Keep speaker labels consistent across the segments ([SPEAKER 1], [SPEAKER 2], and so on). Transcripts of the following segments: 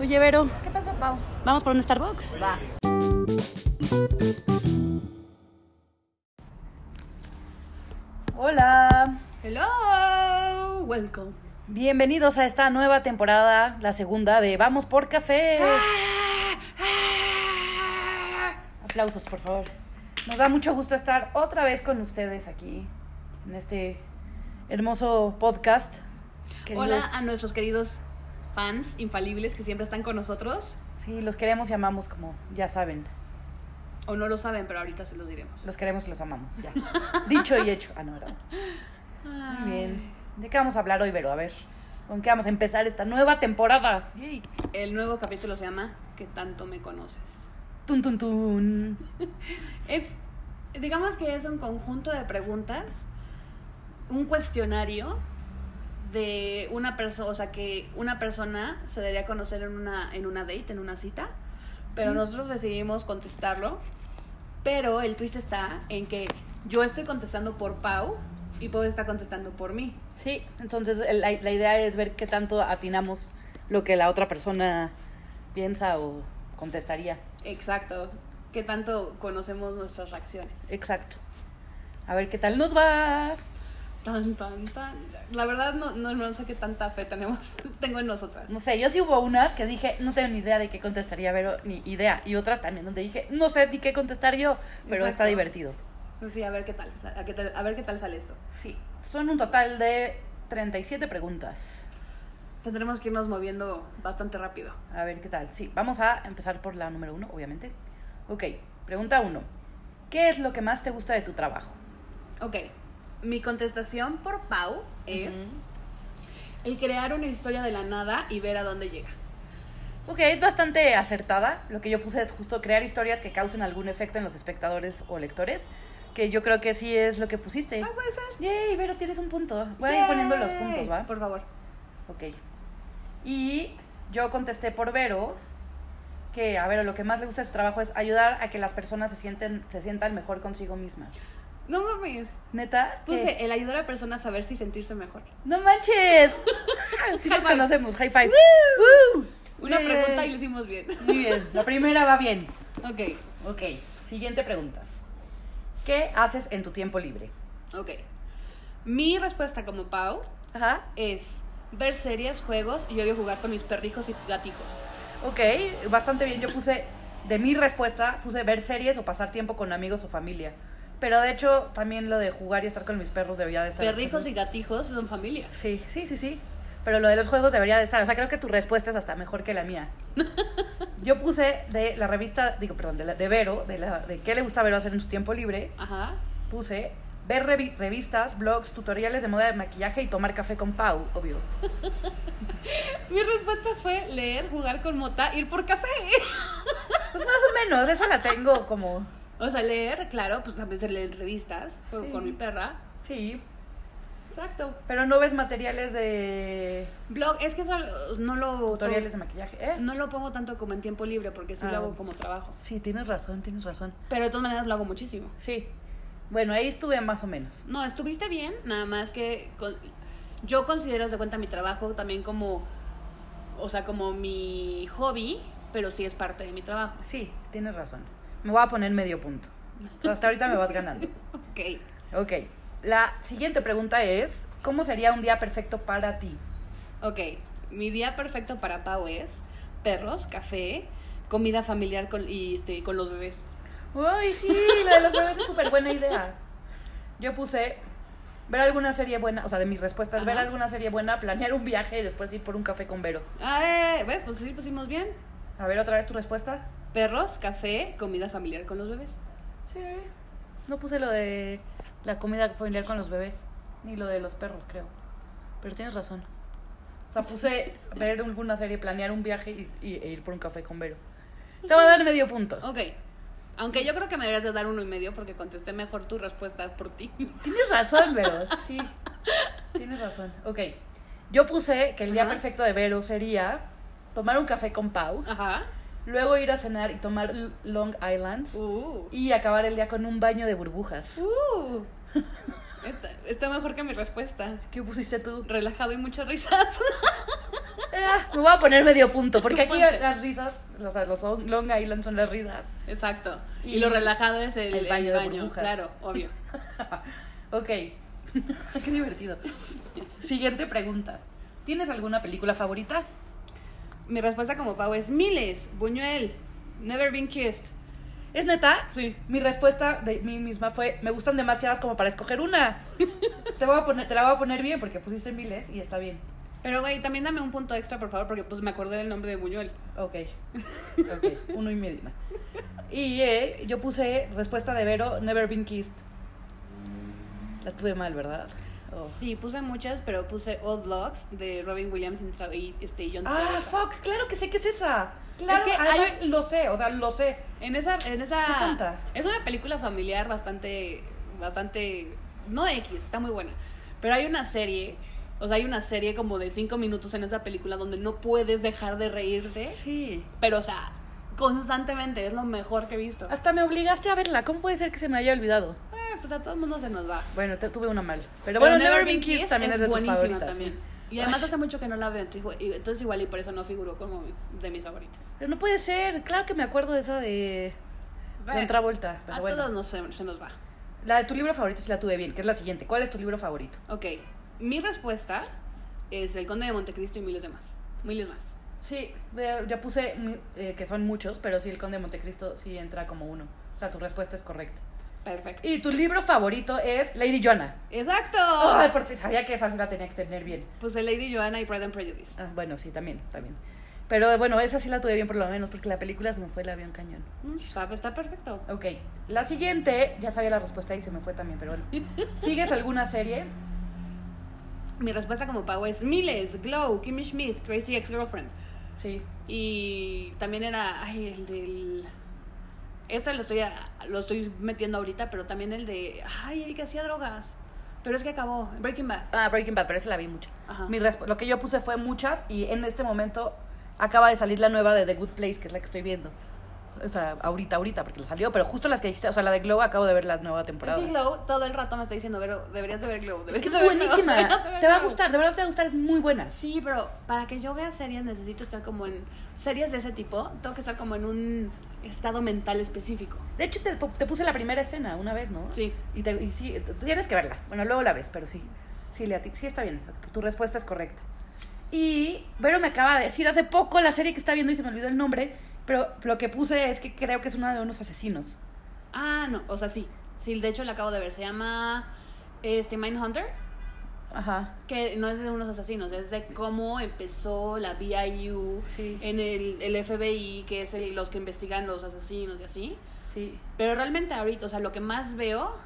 [SPEAKER 1] Oye, Vero,
[SPEAKER 2] ¿Qué pasó, Pau?
[SPEAKER 1] ¿vamos por un Starbucks?
[SPEAKER 2] Va.
[SPEAKER 3] Hola,
[SPEAKER 2] Hello, welcome.
[SPEAKER 3] bienvenidos a esta nueva temporada, la segunda de Vamos por Café. Aplausos, por favor. Nos da mucho gusto estar otra vez con ustedes aquí, en este hermoso podcast.
[SPEAKER 2] Hola
[SPEAKER 3] Queridos-
[SPEAKER 2] a nuestros queridos fans infalibles que siempre están con nosotros.
[SPEAKER 3] Sí, los queremos y amamos, como ya saben.
[SPEAKER 2] O no lo saben, pero ahorita se los diremos.
[SPEAKER 3] Los queremos y los amamos, ya. Dicho y hecho. Ah, no, era- Muy bien. ¿De qué vamos a hablar hoy, Vero? A ver, ¿con qué vamos a empezar esta nueva temporada? Yay.
[SPEAKER 2] El nuevo capítulo se llama Que tanto me conoces.
[SPEAKER 3] Tun, tun, tun.
[SPEAKER 2] Es, digamos que es un conjunto de preguntas, un cuestionario de una persona, o sea, que una persona se debería conocer en una, en una date, en una cita, pero nosotros decidimos contestarlo, pero el twist está en que yo estoy contestando por Pau y Pau está contestando por mí.
[SPEAKER 3] Sí, entonces el- la, la idea es ver qué tanto atinamos lo que la otra persona piensa o contestaría.
[SPEAKER 2] Exacto. ¿Qué tanto conocemos nuestras reacciones?
[SPEAKER 3] Exacto. A ver qué tal nos va.
[SPEAKER 2] Tan, tan, tan. La verdad no, no, no sé qué tanta fe tenemos, tengo en nosotras.
[SPEAKER 3] No sé, yo sí hubo unas que dije, no tengo ni idea de qué contestaría, pero ni idea. Y otras también donde dije, no sé ni qué contestar yo, pero está
[SPEAKER 2] Exacto.
[SPEAKER 3] divertido.
[SPEAKER 2] Pues Sí, a ver qué tal, sa- a, qué tal- a ver qué tal sale esto.
[SPEAKER 3] Sí, son un total de 37 preguntas.
[SPEAKER 2] Tendremos que irnos moviendo bastante rápido.
[SPEAKER 3] A ver qué tal. Sí, vamos a empezar por la número uno, obviamente. Ok, pregunta uno. ¿Qué es lo que más te gusta de tu trabajo?
[SPEAKER 2] Ok, mi contestación por Pau es el crear una historia de la nada y ver a dónde llega.
[SPEAKER 3] Ok, es bastante acertada. Lo que yo puse es justo crear historias que causen algún efecto en los espectadores o lectores, que yo creo que sí es lo que pusiste.
[SPEAKER 2] Ah, puede ser.
[SPEAKER 3] Yay, pero tienes un punto. Voy a ir poniendo los puntos, ¿va?
[SPEAKER 2] Por favor.
[SPEAKER 3] Ok. Y yo contesté por Vero que, a Vero, lo que más le gusta de su trabajo es ayudar a que las personas se, sienten, se sientan mejor consigo mismas.
[SPEAKER 2] No mames.
[SPEAKER 3] ¿Neta? ¿Qué?
[SPEAKER 2] Puse el ayudar a personas a ver si sentirse mejor.
[SPEAKER 3] ¡No manches! Si
[SPEAKER 2] High
[SPEAKER 3] nos
[SPEAKER 2] five.
[SPEAKER 3] conocemos, high five. ¡Woo!
[SPEAKER 2] Una
[SPEAKER 3] Yay.
[SPEAKER 2] pregunta y lo hicimos bien.
[SPEAKER 3] Muy bien, la primera va bien.
[SPEAKER 2] Ok,
[SPEAKER 3] Ok, siguiente pregunta. ¿Qué haces en tu tiempo libre?
[SPEAKER 2] ok. Mi respuesta como Pau
[SPEAKER 3] Ajá.
[SPEAKER 2] es ver series, juegos y obvio jugar con mis perrijos y gatijos.
[SPEAKER 3] Ok, bastante bien. Yo puse, de mi respuesta, puse ver series o pasar tiempo con amigos o familia. Pero de hecho, también lo de jugar y estar con mis perros debería de estar.
[SPEAKER 2] Perrijos y gatijos son familia.
[SPEAKER 3] Sí, sí, sí, sí. Pero lo de los juegos debería de estar. O sea, creo que tu respuesta es hasta mejor que la mía. Yo puse de la revista, digo, perdón, de, la- de Vero, de, la, de qué le gusta a Vero hacer en su tiempo libre,
[SPEAKER 2] Ajá.
[SPEAKER 3] puse ver revi- revistas, blogs, tutoriales de moda de maquillaje y tomar café con Pau, obvio.
[SPEAKER 2] Mi respuesta fue leer, jugar con mota, ir por café.
[SPEAKER 3] Pues más o menos, esa la tengo como.
[SPEAKER 2] O sea, leer, claro, pues también se leen revistas, juego
[SPEAKER 3] Sí.
[SPEAKER 2] con mi perra.
[SPEAKER 3] Sí,
[SPEAKER 2] Exacto.
[SPEAKER 3] pero no ves materiales de
[SPEAKER 2] Blog, es que eso no lo
[SPEAKER 3] tutoriales de maquillaje, ¿eh?
[SPEAKER 2] no lo pongo tanto como en tiempo libre porque sí lo
[SPEAKER 3] Ah.
[SPEAKER 2] hago como trabajo.
[SPEAKER 3] Sí, tienes razón, tienes razón.
[SPEAKER 2] Pero de todas maneras lo hago muchísimo.
[SPEAKER 3] Sí. Bueno, ahí estuve más o menos.
[SPEAKER 2] No, estuviste bien, nada más que con- yo considero de cuenta mi trabajo también como o sea, como mi hobby, pero sí es parte de mi trabajo.
[SPEAKER 3] Sí, tienes razón. Me voy a poner medio punto. Hasta ahorita me vas ganando.
[SPEAKER 2] Ok.
[SPEAKER 3] Ok. La siguiente pregunta es, ¿cómo sería un día perfecto para ti?
[SPEAKER 2] Ok, mi día perfecto para Pau es perros, café, comida familiar con, y este, con los bebés.
[SPEAKER 3] ¡Ay, sí! La de los bebés es súper buena idea. Yo puse ver alguna serie buena, o sea, de mis respuestas, ver
[SPEAKER 2] Ajá.
[SPEAKER 3] alguna serie buena, planear un viaje y después ir por un café con Vero.
[SPEAKER 2] Ah, eh, ¿Ves? Pues sí pusimos bien.
[SPEAKER 3] A ver, otra vez tu respuesta.
[SPEAKER 2] Perros, café, comida familiar con los bebés.
[SPEAKER 3] Sí. No puse lo de la comida familiar con los bebés, ni lo de los perros, creo. Pero tienes razón. O sea, puse ver alguna serie, planear un viaje y, y- e ir por un café con Vero. Te va a dar medio punto.
[SPEAKER 2] Ok, aunque yo creo que me deberías de dar uno y medio porque contesté mejor tu respuesta por ti.
[SPEAKER 3] Tienes razón, Vero. Sí. Tienes razón. Ok. Yo puse que el día
[SPEAKER 2] Ajá.
[SPEAKER 3] perfecto de Vero sería tomar un café con Pau,
[SPEAKER 2] Ajá.
[SPEAKER 3] luego ir a cenar y tomar L- Long Island
[SPEAKER 2] Uh.
[SPEAKER 3] y acabar el día con un baño de burbujas.
[SPEAKER 2] Uh. Está, está mejor que mi respuesta.
[SPEAKER 3] ¿Qué pusiste tú?
[SPEAKER 2] Relajado y muchas risas.
[SPEAKER 1] Ah, me voy a poner medio punto, porque
[SPEAKER 2] Tú
[SPEAKER 1] aquí
[SPEAKER 2] ponte.
[SPEAKER 1] las risas, o sea, los long Long Island son las risas.
[SPEAKER 2] Exacto. Y,
[SPEAKER 1] Y
[SPEAKER 2] lo relajado es el,
[SPEAKER 1] el baño de burbujas.
[SPEAKER 2] Claro, obvio.
[SPEAKER 3] Ok. Qué divertido. Siguiente pregunta. ¿Tienes alguna película favorita?
[SPEAKER 2] Mi respuesta como Pau es miles, Buñuel, Never Been Kissed.
[SPEAKER 3] ¿Es neta?
[SPEAKER 2] Sí.
[SPEAKER 3] Mi respuesta de mí misma fue, me gustan demasiadas como para escoger una. te, voy a poner, te la voy a poner bien porque pusiste miles y está bien.
[SPEAKER 2] Pero güey, también dame un punto extra, por favor, porque pues me acordé del nombre de Buñuel.
[SPEAKER 3] Ok. Ok. Uno y medio. Y eh, yo puse respuesta de Vero, Never Been Kissed. La tuve mal, ¿verdad? Oh.
[SPEAKER 2] Sí, puse muchas, pero puse Old Logs de Robin Williams y Tra- y este, John
[SPEAKER 3] Ah,
[SPEAKER 2] Travolta.
[SPEAKER 3] fuck, claro que sé que es esa. Claro,
[SPEAKER 2] Es que
[SPEAKER 3] además
[SPEAKER 2] hay-
[SPEAKER 3] lo sé, o sea, lo sé.
[SPEAKER 2] En esa, en esa.
[SPEAKER 3] Qué tonta.
[SPEAKER 2] Es una película familiar bastante, bastante, no X, está muy buena. Pero hay una serie, o sea, hay una serie como de cinco minutos en esa película donde no puedes dejar de
[SPEAKER 3] ¿Eh?
[SPEAKER 2] reírte,
[SPEAKER 3] Sí.
[SPEAKER 2] pero o sea, constantemente es lo mejor que he visto.
[SPEAKER 1] Hasta me obligaste a verla. ¿Cómo puede ser que se me haya olvidado?
[SPEAKER 2] Eh, pues a todo el mundo se nos va.
[SPEAKER 1] Bueno, te- tuve una mal. Pero, bueno, Never Been Kissed también es, de tus
[SPEAKER 2] buenísima
[SPEAKER 1] favoritas.
[SPEAKER 2] también.
[SPEAKER 1] sí.
[SPEAKER 2] Y además
[SPEAKER 1] Ay.
[SPEAKER 2] hace mucho que no la veo, entonces igual- y- entonces igual y por eso no figuró como de mis favoritas.
[SPEAKER 1] Pero no puede ser. Claro que me acuerdo de esa de
[SPEAKER 2] Bueno,
[SPEAKER 1] John Travolta. Pero
[SPEAKER 2] a
[SPEAKER 1] bueno.
[SPEAKER 2] todos nos, se- se nos va.
[SPEAKER 1] La de tu libro favorito sí la tuve bien, que es la siguiente. ¿Cuál es tu libro favorito?
[SPEAKER 2] Ok, mi respuesta es El Conde de Montecristo y miles de más. Miles más.
[SPEAKER 1] Sí, ya ya puse mm, eh, que son muchos, pero sí, El Conde de Montecristo sí entra como uno. O sea, tu respuesta es correcta.
[SPEAKER 2] Perfecto.
[SPEAKER 1] Y tu libro favorito es Lady Joanna.
[SPEAKER 2] ¡Exacto!
[SPEAKER 3] Ah.
[SPEAKER 1] Ay, por fin, sabía que esa sí la tenía que tener bien.
[SPEAKER 2] Pues el Lady Joanna y Pride and Prejudice.
[SPEAKER 1] Ah, bueno, sí, también, también. Pero bueno, esa sí la tuve bien por lo menos, porque la película se me fue el avión cañón.
[SPEAKER 2] Mm, sabe, está perfecto.
[SPEAKER 1] Ok, la siguiente, ya sabía la respuesta y se me fue también, pero bueno. ¿Sigues alguna serie?
[SPEAKER 2] Mi respuesta como Pau es Miles, Glow, Kimmy Schmidt, Crazy Ex-Girlfriend.
[SPEAKER 1] Sí.
[SPEAKER 2] Y también era, ay, el del... Este lo estoy, lo estoy metiendo ahorita, pero también el de, ay, el que hacía drogas. Pero es que acabó, Breaking Bad.
[SPEAKER 3] Ah, Breaking Bad, pero esa la vi mucho.
[SPEAKER 2] Ajá.
[SPEAKER 3] Mi resp- lo que yo puse fue muchas y en este momento acaba de salir la nueva de The Good Place, que es la que estoy viendo. O sea, ahorita, ahorita, porque la salió, pero justo las que dijiste, o sea, la de Glow acabo de ver la nueva temporada.
[SPEAKER 2] Es que Glow todo el rato me está diciendo, pero deberías de ver Glow.
[SPEAKER 3] Es que
[SPEAKER 2] deberías
[SPEAKER 3] es
[SPEAKER 2] de ver Glow,
[SPEAKER 3] buenísima.
[SPEAKER 2] deberías de ver
[SPEAKER 3] Te va a
[SPEAKER 2] Glow".
[SPEAKER 3] gustar, de verdad te va a gustar, es muy buena.
[SPEAKER 2] Sí, pero para que yo vea series necesito estar como en series de ese tipo, tengo que estar como en un estado mental específico.
[SPEAKER 3] De hecho, te, te puse la primera escena una vez, ¿no?
[SPEAKER 2] Sí.
[SPEAKER 3] Y, te- y sí, t- tienes que verla. Bueno, luego la ves, pero sí. Sí, Lea, ti- sí está bien. lo que- Tu respuesta es correcta. Y Vero me acaba de decir hace poco la serie que está viendo y se me olvidó el nombre, pero lo que puse es que creo que es una de unos asesinos.
[SPEAKER 2] Ah, no, o sea, sí. Sí, de hecho la acabo de ver, se llama este Mindhunter,
[SPEAKER 3] Ajá.
[SPEAKER 2] que no es de unos asesinos, es de cómo empezó la BIU
[SPEAKER 3] Sí.
[SPEAKER 2] en el, el FBI, que es el- los que investigan los asesinos y así.
[SPEAKER 3] Sí.
[SPEAKER 2] Pero realmente ahorita, o sea, lo que más veo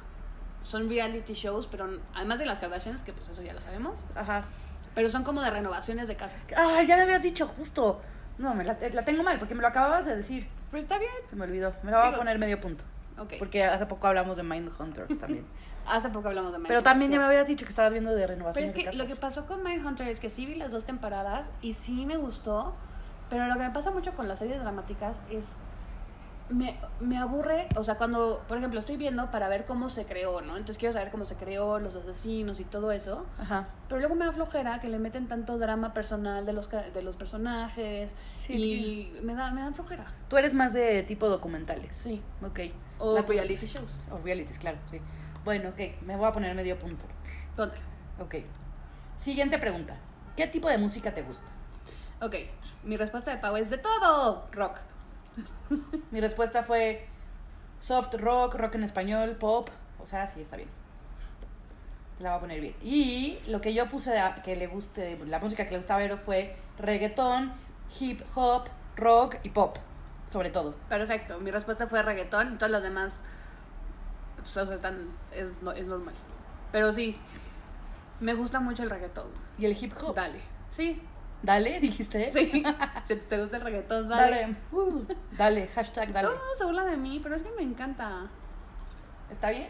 [SPEAKER 2] son reality shows, pero n- además de las Kardashians, que pues eso ya lo sabemos,
[SPEAKER 3] Ajá.
[SPEAKER 2] pero son como de renovaciones de casa.
[SPEAKER 3] Ah, ya me habías dicho justo. No, me la, la tengo mal porque me lo acababas de decir.
[SPEAKER 2] Pero está bien.
[SPEAKER 3] Se me olvidó. Me la voy a
[SPEAKER 2] Digo-
[SPEAKER 3] poner medio punto.
[SPEAKER 2] Ok.
[SPEAKER 3] Porque hace poco hablamos de Mindhunter también.
[SPEAKER 2] Hace poco hablamos de
[SPEAKER 3] Pero
[SPEAKER 2] Mindhunter,
[SPEAKER 3] también ya
[SPEAKER 2] sí.
[SPEAKER 3] me habías dicho que estabas viendo de
[SPEAKER 2] Pero
[SPEAKER 3] renovaciones
[SPEAKER 2] es que
[SPEAKER 3] de
[SPEAKER 2] lo que
[SPEAKER 3] casas.
[SPEAKER 2] pasó con Mindhunter es que sí vi las dos temporadas y sí me gustó, pero lo que me pasa mucho con las series dramáticas es me, me aburre, o sea, cuando, por ejemplo, estoy viendo para ver cómo se creó, ¿no? Entonces quiero saber cómo se creó, los asesinos y todo eso,
[SPEAKER 3] Ajá.
[SPEAKER 2] pero luego me da flojera que le meten tanto drama personal de los, ca- de los personajes
[SPEAKER 3] Sí,
[SPEAKER 2] y me da me dan flojera,
[SPEAKER 3] Tú eres más de tipo documentales.
[SPEAKER 2] sí.
[SPEAKER 3] Ok.
[SPEAKER 2] O pues,
[SPEAKER 3] La-
[SPEAKER 2] reality shows.
[SPEAKER 3] O realities, claro, sí. Bueno, ok. Me voy a poner medio punto.
[SPEAKER 2] Ponte.
[SPEAKER 3] Ok. Siguiente pregunta. ¿Qué tipo de música te gusta?
[SPEAKER 2] Ok, mi respuesta de Pau es de todo, rock.
[SPEAKER 3] Mi respuesta fue soft rock, rock en español, pop. O sea, sí, está bien. Te la voy a poner bien. Y lo que yo puse de- que le guste, la música que le gustaba a Vero fue reggaetón, hip hop, rock y pop. Sobre todo.
[SPEAKER 2] Perfecto, mi respuesta fue reggaetón y todas las demás, pues, o sea, están, es, no- es normal. Pero sí, me gusta mucho el reggaetón.
[SPEAKER 3] ¿Y el hip hop?
[SPEAKER 2] Dale. Sí,
[SPEAKER 3] Dale, dijiste.
[SPEAKER 2] sí. si te gusta el reggaetón, dale.
[SPEAKER 3] Dale. Uh, dale, hashtag dale.
[SPEAKER 2] Todo el mundo se burla de mí, pero es que me encanta.
[SPEAKER 3] Está bien.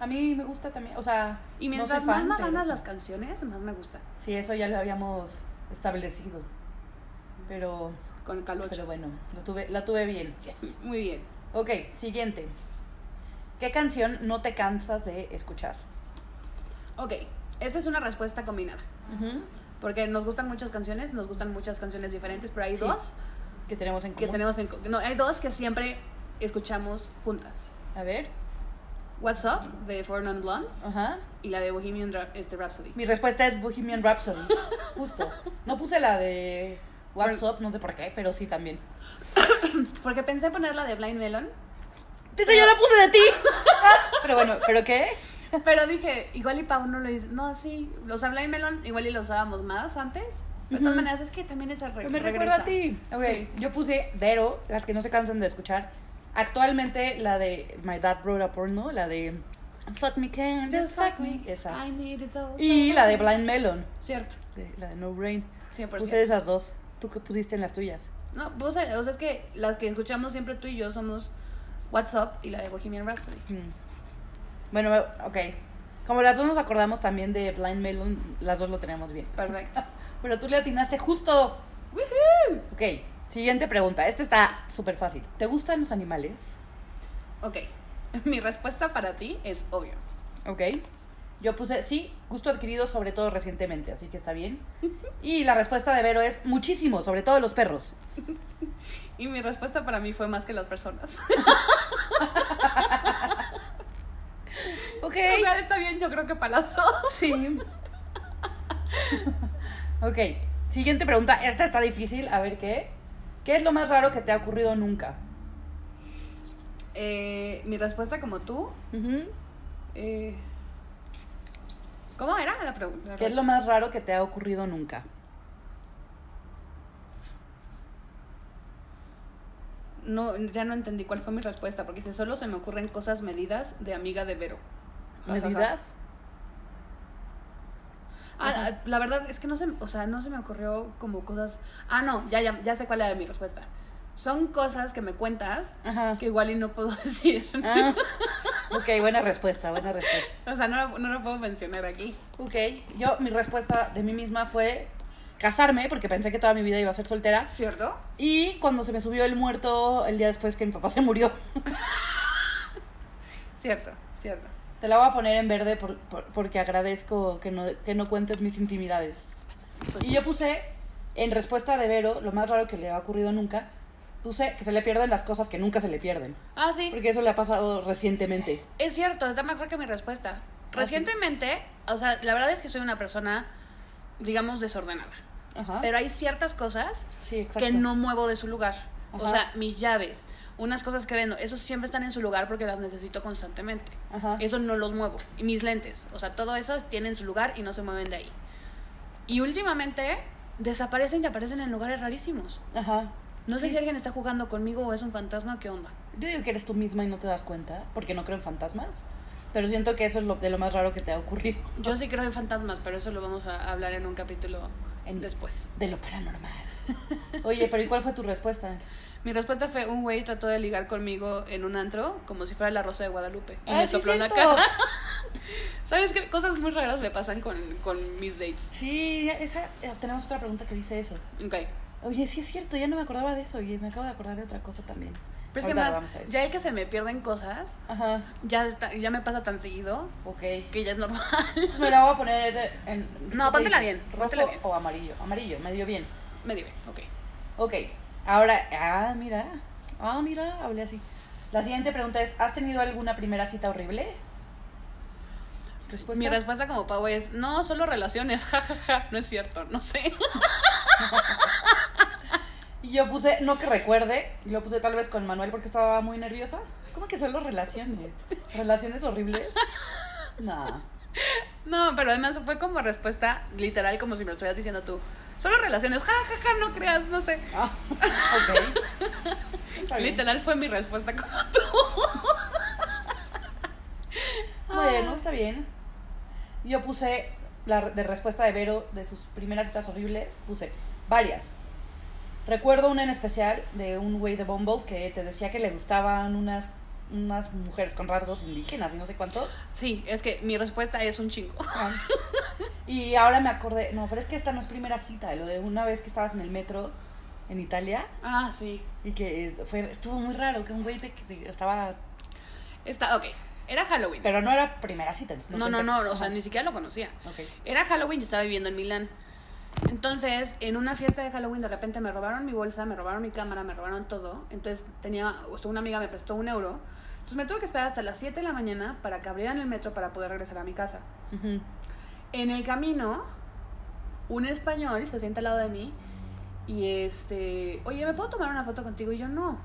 [SPEAKER 3] A mí me gusta también. O sea,
[SPEAKER 2] Y
[SPEAKER 3] no
[SPEAKER 2] mientras
[SPEAKER 3] soy
[SPEAKER 2] más
[SPEAKER 3] fan, pero-
[SPEAKER 2] maganas las canciones, más me gusta.
[SPEAKER 3] Sí, eso ya lo habíamos establecido. Pero,
[SPEAKER 2] Con el calocho.
[SPEAKER 3] pero bueno, lo tuve, la tuve bien. Yes.
[SPEAKER 2] Muy bien.
[SPEAKER 3] Ok, siguiente. ¿Qué canción no te cansas de escuchar?
[SPEAKER 2] Ok, esta es una respuesta combinada. Porque nos gustan muchas canciones, nos gustan muchas canciones diferentes, pero hay
[SPEAKER 3] Sí.
[SPEAKER 2] dos
[SPEAKER 3] que tenemos en común.
[SPEAKER 2] que tenemos en... co- No, hay dos que siempre escuchamos juntas.
[SPEAKER 3] A ver,
[SPEAKER 2] What's Up, de Four Non Blondes,
[SPEAKER 3] ajá.
[SPEAKER 2] y la de Bohemian Ra- este, Rhapsody.
[SPEAKER 3] Mi respuesta es Bohemian Rhapsody. Justo. No puse la de What's Up, no sé por qué, pero sí también.
[SPEAKER 2] Porque pensé poner la de Blind Melon,
[SPEAKER 3] Dice, yo la puse de ti. pero bueno, ¿pero qué?
[SPEAKER 2] pero dije, igual y Pau no lo dice. No, sí, los sea, Blind Melon igual y lo usábamos más antes. Pero de todas
[SPEAKER 3] Ujú.
[SPEAKER 2] maneras, es que también es el
[SPEAKER 3] Pero me recuerda a ti. Pues, Ok,
[SPEAKER 2] Sí.
[SPEAKER 3] yo puse Vero, las que no se cansan de escuchar. Actualmente la de My Dad Wrote a Porno, la de Fuck Me Can, Just Fuck Me, esa.
[SPEAKER 2] I need it so-
[SPEAKER 3] Y la de Blind Melon,
[SPEAKER 2] Cierto,
[SPEAKER 3] de- la de No Brain.
[SPEAKER 2] 100%.
[SPEAKER 3] Puse esas dos. ¿Tú qué pusiste en las tuyas?
[SPEAKER 2] No, vos, o sea, es que las que escuchamos siempre tú y yo somos What's Up y la de Bohemian Rhapsody.
[SPEAKER 3] Hmm. Bueno, ok. Como las dos nos acordamos también de Blind Melon, las dos lo tenemos bien.
[SPEAKER 2] Perfecto.
[SPEAKER 3] Pero tú le atinaste justo. Ok, siguiente pregunta. Esta está súper fácil. ¿Te gustan los animales?
[SPEAKER 2] Ok, mi respuesta para ti es obvio.
[SPEAKER 3] Ok. Yo puse sí, gusto adquirido sobre todo recientemente, así que está bien. Y la respuesta de Vero es muchísimo, sobre todo los perros.
[SPEAKER 2] Y mi respuesta para mí fue más que las personas.
[SPEAKER 3] Ok.
[SPEAKER 2] O sea, está bien, yo creo que para las dos.
[SPEAKER 3] Sí. ok, siguiente pregunta. Esta está difícil, a ver qué. ¿Qué es lo más raro que te ha ocurrido nunca?
[SPEAKER 2] Eh, mi respuesta como tú.
[SPEAKER 3] Ujú.
[SPEAKER 2] eh, ¿Cómo era la pregunta?
[SPEAKER 3] ¿Qué es lo más raro que te ha ocurrido nunca?
[SPEAKER 2] No, ya no entendí cuál fue mi respuesta, porque dice, solo se me ocurren cosas medidas de amiga de Vero. Ja, ja, ja.
[SPEAKER 3] ¿Medidas?
[SPEAKER 2] Ah, la- la verdad es que no se, o sea, no se me ocurrió como cosas. Ah, no, ya, ya, ya sé cuál era mi respuesta. Son cosas que me cuentas
[SPEAKER 3] Ajá.
[SPEAKER 2] que igual y no puedo decir.
[SPEAKER 3] Ah, ok, buena respuesta, buena respuesta.
[SPEAKER 2] O sea, no, lo- no lo puedo mencionar aquí.
[SPEAKER 3] Ok, yo mi respuesta de mí misma fue casarme porque pensé que toda mi vida iba a ser soltera
[SPEAKER 2] ¿Cierto?
[SPEAKER 3] y cuando se me subió el muerto el día después que mi papá se murió.
[SPEAKER 2] Cierto, cierto.
[SPEAKER 3] Te la voy a poner en verde por- por- porque agradezco que no, que no cuentes mis intimidades.
[SPEAKER 2] Pues
[SPEAKER 3] y
[SPEAKER 2] sí.
[SPEAKER 3] yo puse, en respuesta de Vero, lo más raro que le ha ocurrido nunca, puse que se le pierden las cosas que nunca se le pierden.
[SPEAKER 2] Ah, sí.
[SPEAKER 3] Porque eso le ha pasado recientemente.
[SPEAKER 2] Es cierto, está mejor que mi respuesta.
[SPEAKER 3] Ah, sí.
[SPEAKER 2] Recientemente, o sea, la verdad es que soy una persona, digamos, desordenada.
[SPEAKER 3] Ajá.
[SPEAKER 2] Pero hay ciertas cosas
[SPEAKER 3] sí, Ah. exacto.
[SPEAKER 2] que no muevo de su lugar. O
[SPEAKER 3] Ajá.
[SPEAKER 2] sea, mis llaves, unas cosas que vendo, esos siempre están en su lugar porque las necesito constantemente.
[SPEAKER 3] Ajá.
[SPEAKER 2] Eso no los muevo. Y mis lentes, o sea, todo eso tiene en su lugar y no se mueven de ahí. Y últimamente desaparecen y aparecen en lugares rarísimos.
[SPEAKER 3] Ajá.
[SPEAKER 2] No sé
[SPEAKER 3] Sí.
[SPEAKER 2] si alguien está jugando conmigo o es un fantasma, ¿qué onda?
[SPEAKER 3] Yo digo que eres tú misma y no te das cuenta, porque no creo en fantasmas. Pero siento que eso es lo, de lo más raro que te ha ocurrido.
[SPEAKER 2] Yo sí creo en fantasmas, pero eso lo vamos a hablar en un capítulo
[SPEAKER 3] En-
[SPEAKER 2] después.
[SPEAKER 3] De lo paranormal. Oye, pero ¿y cuál fue tu respuesta?
[SPEAKER 2] Mi respuesta fue, un güey trató de ligar conmigo en un antro como si fuera la Rosa de Guadalupe. Y
[SPEAKER 3] Ah,
[SPEAKER 2] me
[SPEAKER 3] sí,
[SPEAKER 2] sopló en la
[SPEAKER 3] cierto.
[SPEAKER 2] cara. ¿Sabes qué? Cosas muy raras me pasan con, con mis dates.
[SPEAKER 3] Sí, ya- esa, eh, tenemos otra pregunta que dice eso.
[SPEAKER 2] Ok.
[SPEAKER 3] Oye, sí es cierto, ya no me acordaba de eso y me acabo de acordar de otra cosa también.
[SPEAKER 2] Pero es que
[SPEAKER 3] Ahorita la vamos
[SPEAKER 2] más,
[SPEAKER 3] a decir.
[SPEAKER 2] ya el que se me pierden cosas,
[SPEAKER 3] Ajá,
[SPEAKER 2] ya, está, ya me pasa tan seguido
[SPEAKER 3] ok.
[SPEAKER 2] que ya es normal.
[SPEAKER 3] Entonces me la voy a poner en...
[SPEAKER 2] No,
[SPEAKER 3] ¿qué
[SPEAKER 2] póntela
[SPEAKER 3] dices?
[SPEAKER 2] bien,
[SPEAKER 3] ¿Rojo
[SPEAKER 2] póntela bien.
[SPEAKER 3] o amarillo? Amarillo, me dio bien.
[SPEAKER 2] me diré, ok.
[SPEAKER 3] Ok, ahora, ah, mira, ah, mira, hablé así. La siguiente pregunta es, ¿has tenido alguna primera cita horrible? Respuesta.
[SPEAKER 2] Mi respuesta como Pau es, no, solo relaciones, jajaja, no es cierto, no sé.
[SPEAKER 3] Y yo puse, no que recuerde, y lo puse tal vez con Manuel porque estaba muy nerviosa. ¿Cómo que son las relaciones? ¿Relaciones horribles? No.
[SPEAKER 2] No, pero además fue como respuesta literal, como si me lo estuvieras diciendo tú. Solo relaciones, jajaja, no creas, no sé.
[SPEAKER 3] Ah, ok. Está bien.
[SPEAKER 2] Literal fue mi respuesta como
[SPEAKER 3] Bueno, está bien. Yo puse la re- de respuesta de Vero de sus primeras citas horribles, puse varias. Recuerdo una en especial de un güey de Bumble que te decía que le gustaban unas, unas mujeres con rasgos indígenas y no sé cuánto.
[SPEAKER 2] Sí, es que mi respuesta es un chingo.
[SPEAKER 3] Ah. Y ahora me acordé, no, pero es que esta no es primera cita, lo de una vez que estabas en el metro en Italia
[SPEAKER 2] Ah, sí.
[SPEAKER 3] y que eh, fue, estuvo muy raro que un güey te, que te- estaba...
[SPEAKER 2] Está, ok. Era Halloween.
[SPEAKER 3] Pero no era primera cita. entonces
[SPEAKER 2] no, no,
[SPEAKER 3] cuenta.
[SPEAKER 2] no, o sea,
[SPEAKER 3] Ajá.
[SPEAKER 2] ni siquiera lo conocía.
[SPEAKER 3] Ok.
[SPEAKER 2] Era Halloween y estaba viviendo en Milán. Entonces, en una fiesta de Halloween, de repente me robaron mi bolsa, me robaron mi cámara, me robaron todo. Entonces, tenía, o sea, una amiga me prestó un euro. Entonces, me tuve que esperar hasta las 7 de la mañana para que abrieran el metro para poder regresar a mi casa.
[SPEAKER 3] Ujú.
[SPEAKER 2] En el camino, un español se sienta al lado de mí y este, oye, ¿me puedo tomar una foto contigo? Y yo, no.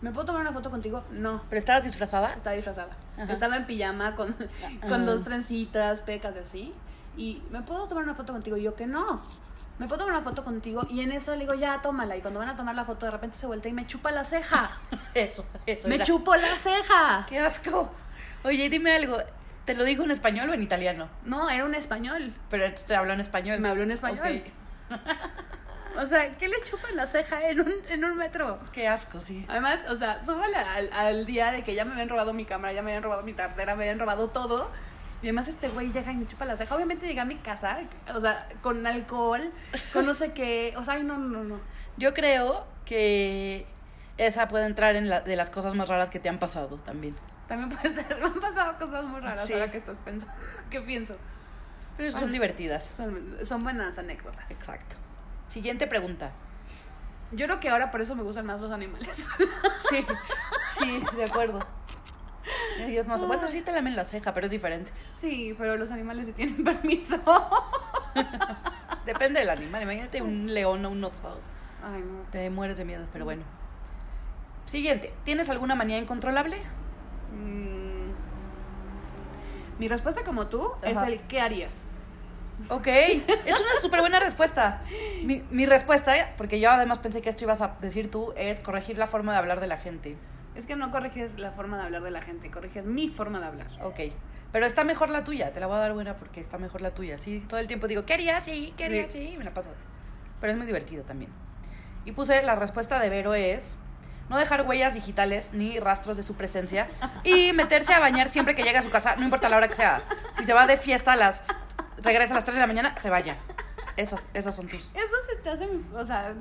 [SPEAKER 2] ¿Me puedo tomar una foto contigo? No.
[SPEAKER 3] ¿Pero estabas disfrazada?
[SPEAKER 2] Estaba disfrazada.
[SPEAKER 3] Ajá.
[SPEAKER 2] Estaba en pijama con,
[SPEAKER 3] Ah.
[SPEAKER 2] con dos trencitas, pecas y así. Y, ¿me puedo tomar una foto contigo? Y yo, que no. ¿Me puedo tomar una foto contigo? Y en eso le digo, ya, tómala. Y cuando van a tomar la foto, de repente se vuelta y me chupa la ceja.
[SPEAKER 3] Eso, eso.
[SPEAKER 2] ¡Me
[SPEAKER 3] era.
[SPEAKER 2] chupó la ceja!
[SPEAKER 3] ¡Qué asco! Oye, dime algo. ¿Te lo dijo en español o en italiano?
[SPEAKER 2] No, era un español.
[SPEAKER 3] Pero él te habló en español.
[SPEAKER 2] Me habló en español. O sea, ¿qué le chupan la ceja en un, en un metro?
[SPEAKER 3] Ok. Qué asco, sí.
[SPEAKER 2] Además, o sea, súmale al, al día de que ya me habían robado mi cámara, ya me habían robado mi tartera, me habían robado todo. Y además este güey llega y me chupa la ceja. Obviamente llegué a mi casa, o sea, con alcohol, con no sé qué. O sea, ay, no, no, no.
[SPEAKER 3] Yo creo que esa puede entrar en la, de las cosas más raras que te han pasado también.
[SPEAKER 2] También puede ser, me han pasado cosas muy raras
[SPEAKER 3] Sí.
[SPEAKER 2] ahora que estás pensando. ¿Qué pienso?
[SPEAKER 3] Pero son
[SPEAKER 2] Bueno.
[SPEAKER 3] divertidas.
[SPEAKER 2] Son, son buenas anécdotas.
[SPEAKER 3] Exacto. Siguiente pregunta.
[SPEAKER 2] Yo creo que ahora por eso me gustan más los animales.
[SPEAKER 3] Sí, sí, de acuerdo. Ay, es más, bueno, sí te lamen la ceja, pero es diferente.
[SPEAKER 2] Sí, pero los animales sí tienen permiso.
[SPEAKER 3] Depende del animal. Imagínate un león o un oxford.
[SPEAKER 2] Ay, no.
[SPEAKER 3] Te mueres de miedo, pero bueno. Siguiente. ¿Tienes alguna manía incontrolable?
[SPEAKER 2] Mm. Mi respuesta como tú es
[SPEAKER 3] Ajá.
[SPEAKER 2] el ¿qué harías?
[SPEAKER 3] Ok, es una súper buena respuesta. Mi, mi respuesta, eh, porque yo además pensé que esto ibas a decir tú, es corregir la forma de hablar de la gente.
[SPEAKER 2] Es que no corriges la forma de hablar de la gente, corriges mi forma de hablar.
[SPEAKER 3] Ok, pero está mejor la tuya, te la voy a dar buena porque está mejor la tuya. Sí, todo el tiempo digo, ¿qué haría? Sí, ¿qué haría? Sí, y me la paso. Pero es muy divertido también. Y puse la respuesta de Vero es no dejar huellas digitales ni rastros de su presencia y meterse a bañar siempre que llegue a su casa, no importa la hora que sea. Si se va de fiesta a las... regresa a las 3 de la mañana, se vaya. Esas, esas son tus...
[SPEAKER 2] Eso se te hace, o sea,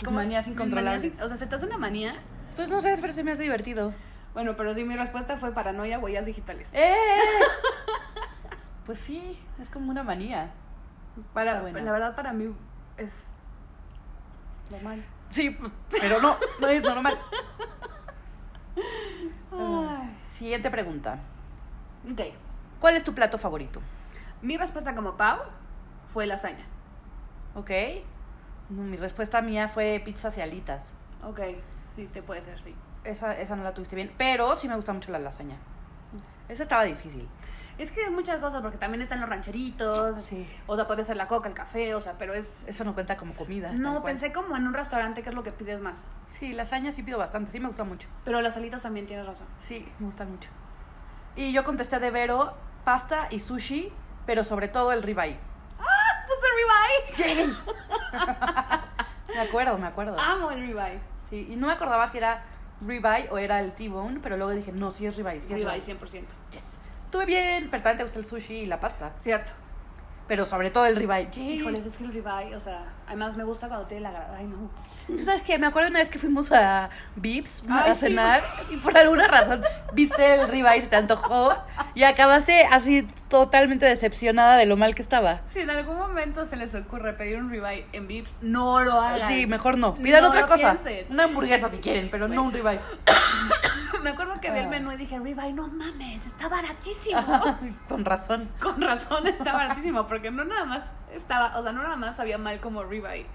[SPEAKER 3] Tus manías
[SPEAKER 2] mis
[SPEAKER 3] incontrolables.
[SPEAKER 2] manías in- o sea, se te hace una manía.
[SPEAKER 3] Pues no sé, pero se me hace divertido.
[SPEAKER 2] Bueno, pero sí, mi respuesta fue paranoia, huellas digitales.
[SPEAKER 3] ¡Eh! pues sí, es como una manía.
[SPEAKER 2] Para,
[SPEAKER 3] está buena.
[SPEAKER 2] La verdad, para mí es normal.
[SPEAKER 3] Sí, pero no, no es normal.
[SPEAKER 2] Ay.
[SPEAKER 3] Siguiente pregunta.
[SPEAKER 2] Ok.
[SPEAKER 3] ¿Cuál es tu plato favorito?
[SPEAKER 2] Mi respuesta como Pau fue lasaña.
[SPEAKER 3] ¿Ok? No, mi respuesta mía fue pizzas y alitas.
[SPEAKER 2] Ok, sí, te puede ser, sí.
[SPEAKER 3] Esa, esa no la tuviste bien, pero sí me gusta mucho la lasaña. Esa estaba difícil.
[SPEAKER 2] Es que hay muchas cosas, porque también están los rancheritos,
[SPEAKER 3] Sí.
[SPEAKER 2] o sea, puede ser la coca, el café, o sea, pero es...
[SPEAKER 3] Eso no cuenta como comida.
[SPEAKER 2] No,
[SPEAKER 3] tal cual.
[SPEAKER 2] pensé como en un restaurante, que es lo que pides más.
[SPEAKER 3] Sí, lasaña sí pido bastante, sí me gusta mucho.
[SPEAKER 2] Pero las alitas también tienes razón.
[SPEAKER 3] Sí, me gusta mucho. Y yo contesté de Vero, pasta y sushi, pero sobre todo el ribeye.
[SPEAKER 2] ¡Pues el ribeye!
[SPEAKER 3] Me acuerdo, me acuerdo.
[SPEAKER 2] Amo el ribeye.
[SPEAKER 3] Sí, y no me acordaba si era ribeye o era el T-bone, pero luego dije, no, sí es ribeye. Sí es
[SPEAKER 2] Ribeye 100%.
[SPEAKER 3] Yes. Estuve bien, pero también te gusta el sushi y la pasta.
[SPEAKER 2] Cierto.
[SPEAKER 3] Pero sobre todo el ribeye. Yay.
[SPEAKER 2] Híjoles, es que el ribeye, o sea, además me gusta cuando tiene la grasa. Ay, no.
[SPEAKER 3] ¿Tú ¿Sabes qué? Me acuerdo una vez que fuimos a Vips
[SPEAKER 2] Ay,
[SPEAKER 3] a
[SPEAKER 2] sí.
[SPEAKER 3] cenar y por alguna razón viste el ribeye, se te antojó y acabaste así totalmente decepcionada de lo mal que estaba.
[SPEAKER 2] Si en algún momento se les ocurre pedir un ribeye en Vips, no lo hagan.
[SPEAKER 3] Sí, mejor no. Pidan
[SPEAKER 2] No
[SPEAKER 3] otra
[SPEAKER 2] lo
[SPEAKER 3] cosa.
[SPEAKER 2] piensen.
[SPEAKER 3] Una hamburguesa si quieren, pero no un ribeye.
[SPEAKER 2] Me acuerdo que vi el
[SPEAKER 3] Ah.
[SPEAKER 2] menú y dije, ribeye, no mames, está baratísimo.
[SPEAKER 3] Con razón.
[SPEAKER 2] Con razón está baratísimo, porque no nada más estaba, o sea, no nada más sabía mal como ribeye.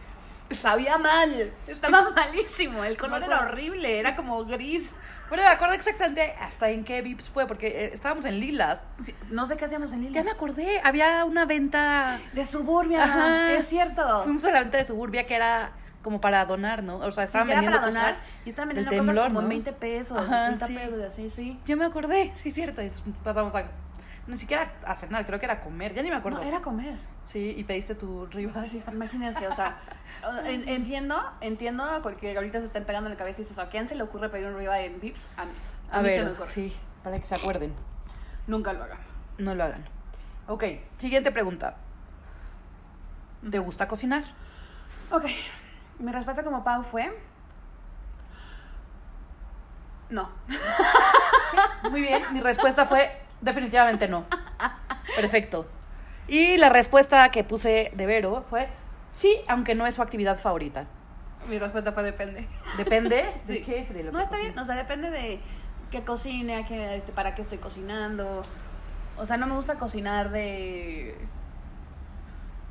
[SPEAKER 2] Sabía mal, estaba malísimo, el color
[SPEAKER 3] Me
[SPEAKER 2] era
[SPEAKER 3] acuerdo.
[SPEAKER 2] horrible, era como gris.
[SPEAKER 3] Bueno, me acuerdo exactamente hasta en qué Vips fue, porque eh, estábamos en Lilas.
[SPEAKER 2] Sí, no sé qué hacíamos en
[SPEAKER 3] Ya
[SPEAKER 2] Lila.
[SPEAKER 3] me acordé, había una venta.
[SPEAKER 2] De suburbia,
[SPEAKER 3] Ajá.
[SPEAKER 2] es cierto.
[SPEAKER 3] Fuimos a la venta de Suburbia que era como para donar, ¿no? O sea,
[SPEAKER 2] Sí,
[SPEAKER 3] estaban
[SPEAKER 2] que era
[SPEAKER 3] vendiendo
[SPEAKER 2] para donar,
[SPEAKER 3] cosas.
[SPEAKER 2] y estaban
[SPEAKER 3] del
[SPEAKER 2] vendiendo cosas
[SPEAKER 3] temblor,
[SPEAKER 2] como en
[SPEAKER 3] ¿no?
[SPEAKER 2] 20 pesos,
[SPEAKER 3] Ajá,
[SPEAKER 2] 30
[SPEAKER 3] sí.
[SPEAKER 2] pesos, y así, sí.
[SPEAKER 3] Ya me acordé, sí, cierto. y Pasamos a. Ni siquiera a cenar, creo que era a comer, ya ni me acuerdo.
[SPEAKER 2] No, era comer.
[SPEAKER 3] Sí, y pediste tu ribeye.
[SPEAKER 2] Imagínense, o sea, o- en- entiendo, entiendo a cualquiera que ahorita se estén pegando en la cabeza y dices, ¿a quién se le ocurre pedir un ribeye en Vips? A mí. A,
[SPEAKER 3] A
[SPEAKER 2] mí se me
[SPEAKER 3] ver,
[SPEAKER 2] ocurre.
[SPEAKER 3] sí, para que se acuerden.
[SPEAKER 2] Nunca lo hagan.
[SPEAKER 3] No lo hagan. Ok, siguiente pregunta. ¿Te gusta cocinar?
[SPEAKER 2] Ok. Mi respuesta como Pau fue. No.
[SPEAKER 3] Muy bien, mi respuesta fue definitivamente no. Perfecto. Y la respuesta que puse de Vero fue Sí, aunque no es su actividad favorita.
[SPEAKER 2] Mi respuesta fue depende.
[SPEAKER 3] Depende de
[SPEAKER 2] Sí.
[SPEAKER 3] qué, de lo
[SPEAKER 2] No,
[SPEAKER 3] que
[SPEAKER 2] está bien.
[SPEAKER 3] cocine.
[SPEAKER 2] O sea, depende de qué cocine, a qué- este, para qué estoy cocinando. O sea, no me gusta cocinar de...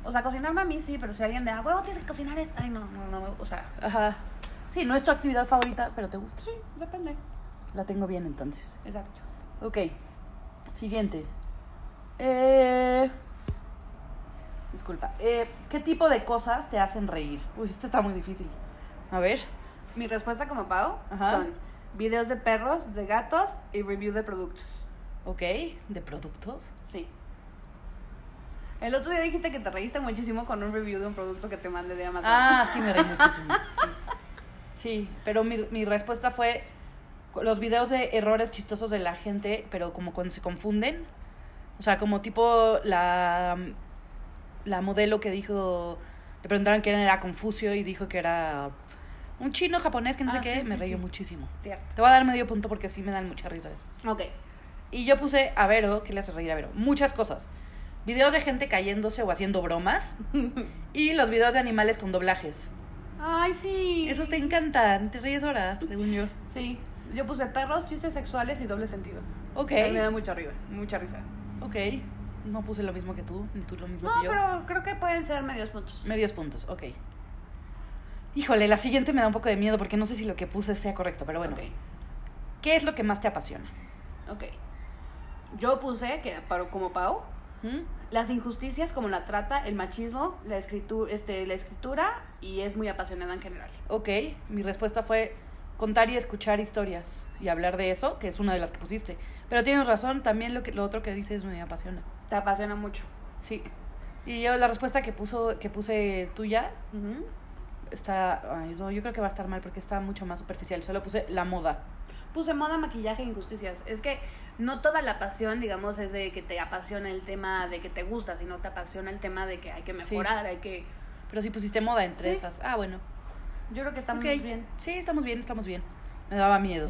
[SPEAKER 2] O sea, cocinarme a mí sí, pero si alguien de, ah, huevo, tienes que cocinar esto. Ay, no, no, no. O sea,
[SPEAKER 3] Ajá. Sí, no es tu actividad favorita, pero te gusta.
[SPEAKER 2] sí, depende.
[SPEAKER 3] La tengo bien entonces.
[SPEAKER 2] Exacto.
[SPEAKER 3] Ok. Siguiente. Eh, Disculpa. Eh, ¿Qué tipo de cosas te hacen reír? Uy, esto está muy difícil. A ver.
[SPEAKER 2] Mi respuesta como Pau
[SPEAKER 3] Ajá.
[SPEAKER 2] son videos de perros, de gatos y review de productos.
[SPEAKER 3] Ok. ¿De productos?
[SPEAKER 2] Sí. El otro día dijiste que te reíste muchísimo con un review de un producto que te mandé de Amazon.
[SPEAKER 3] Ah, sí, me reí muchísimo. Sí, Sí, pero mi, mi respuesta fue los videos de errores chistosos de la gente, pero como cuando se confunden. O sea, como tipo la, la modelo que dijo, le preguntaron quién era Confucio y dijo que era un chino japonés que no
[SPEAKER 2] Ah,
[SPEAKER 3] sé qué.
[SPEAKER 2] sí,
[SPEAKER 3] me
[SPEAKER 2] sí,
[SPEAKER 3] reí
[SPEAKER 2] sí.
[SPEAKER 3] muchísimo.
[SPEAKER 2] Cierto.
[SPEAKER 3] Te voy a dar medio punto porque sí me dan mucha risa esas.
[SPEAKER 2] Ok.
[SPEAKER 3] Y yo puse a Vero, que le hace reír a Vero? Muchas cosas. Videos de gente cayéndose o haciendo bromas. y los videos de animales con doblajes.
[SPEAKER 2] Ay, sí.
[SPEAKER 3] Esos te encantan, te ríes horas, según yo.
[SPEAKER 2] Sí. Yo puse perros, chistes sexuales y doble sentido.
[SPEAKER 3] Ok,
[SPEAKER 2] Me da mucha risa, mucha risa.
[SPEAKER 3] ok. No puse lo mismo que tú, ni tú lo mismo
[SPEAKER 2] No,
[SPEAKER 3] que yo.
[SPEAKER 2] pero creo que pueden ser medios puntos.
[SPEAKER 3] Medios puntos, ok. Híjole, la siguiente me da un poco de miedo porque no sé si lo que puse sea correcto, pero bueno. ¿Qué es lo que más te apasiona?
[SPEAKER 2] Ok, ok. Yo puse, que para, como Pau,
[SPEAKER 3] ¿Mm?
[SPEAKER 2] las injusticias como la trata, el machismo, la, escritu este, la escritura y es muy apasionada en general.
[SPEAKER 3] Ok, mi respuesta fue contar y escuchar historias y hablar de eso, que es una de las que pusiste. Pero tienes razón, también lo, que, lo otro que dices me apasiona.
[SPEAKER 2] Te apasiona mucho.
[SPEAKER 3] Sí. Y yo la respuesta que, puso, que puse tuya
[SPEAKER 2] Ujú.
[SPEAKER 3] está... ay, no, yo creo que va a estar mal porque está mucho más superficial. Solo puse la moda.
[SPEAKER 2] Puse moda, maquillaje e injusticias. Es que no toda la pasión, digamos, es de que te apasiona el tema de que te gusta, sino te apasiona el tema de que hay que mejorar, hay que...
[SPEAKER 3] Pero si pusiste moda entre
[SPEAKER 2] Sí.
[SPEAKER 3] esas. Ah, bueno.
[SPEAKER 2] Yo creo que está
[SPEAKER 3] Ok.
[SPEAKER 2] muy bien.
[SPEAKER 3] Sí, estamos bien, estamos bien. Me daba miedo.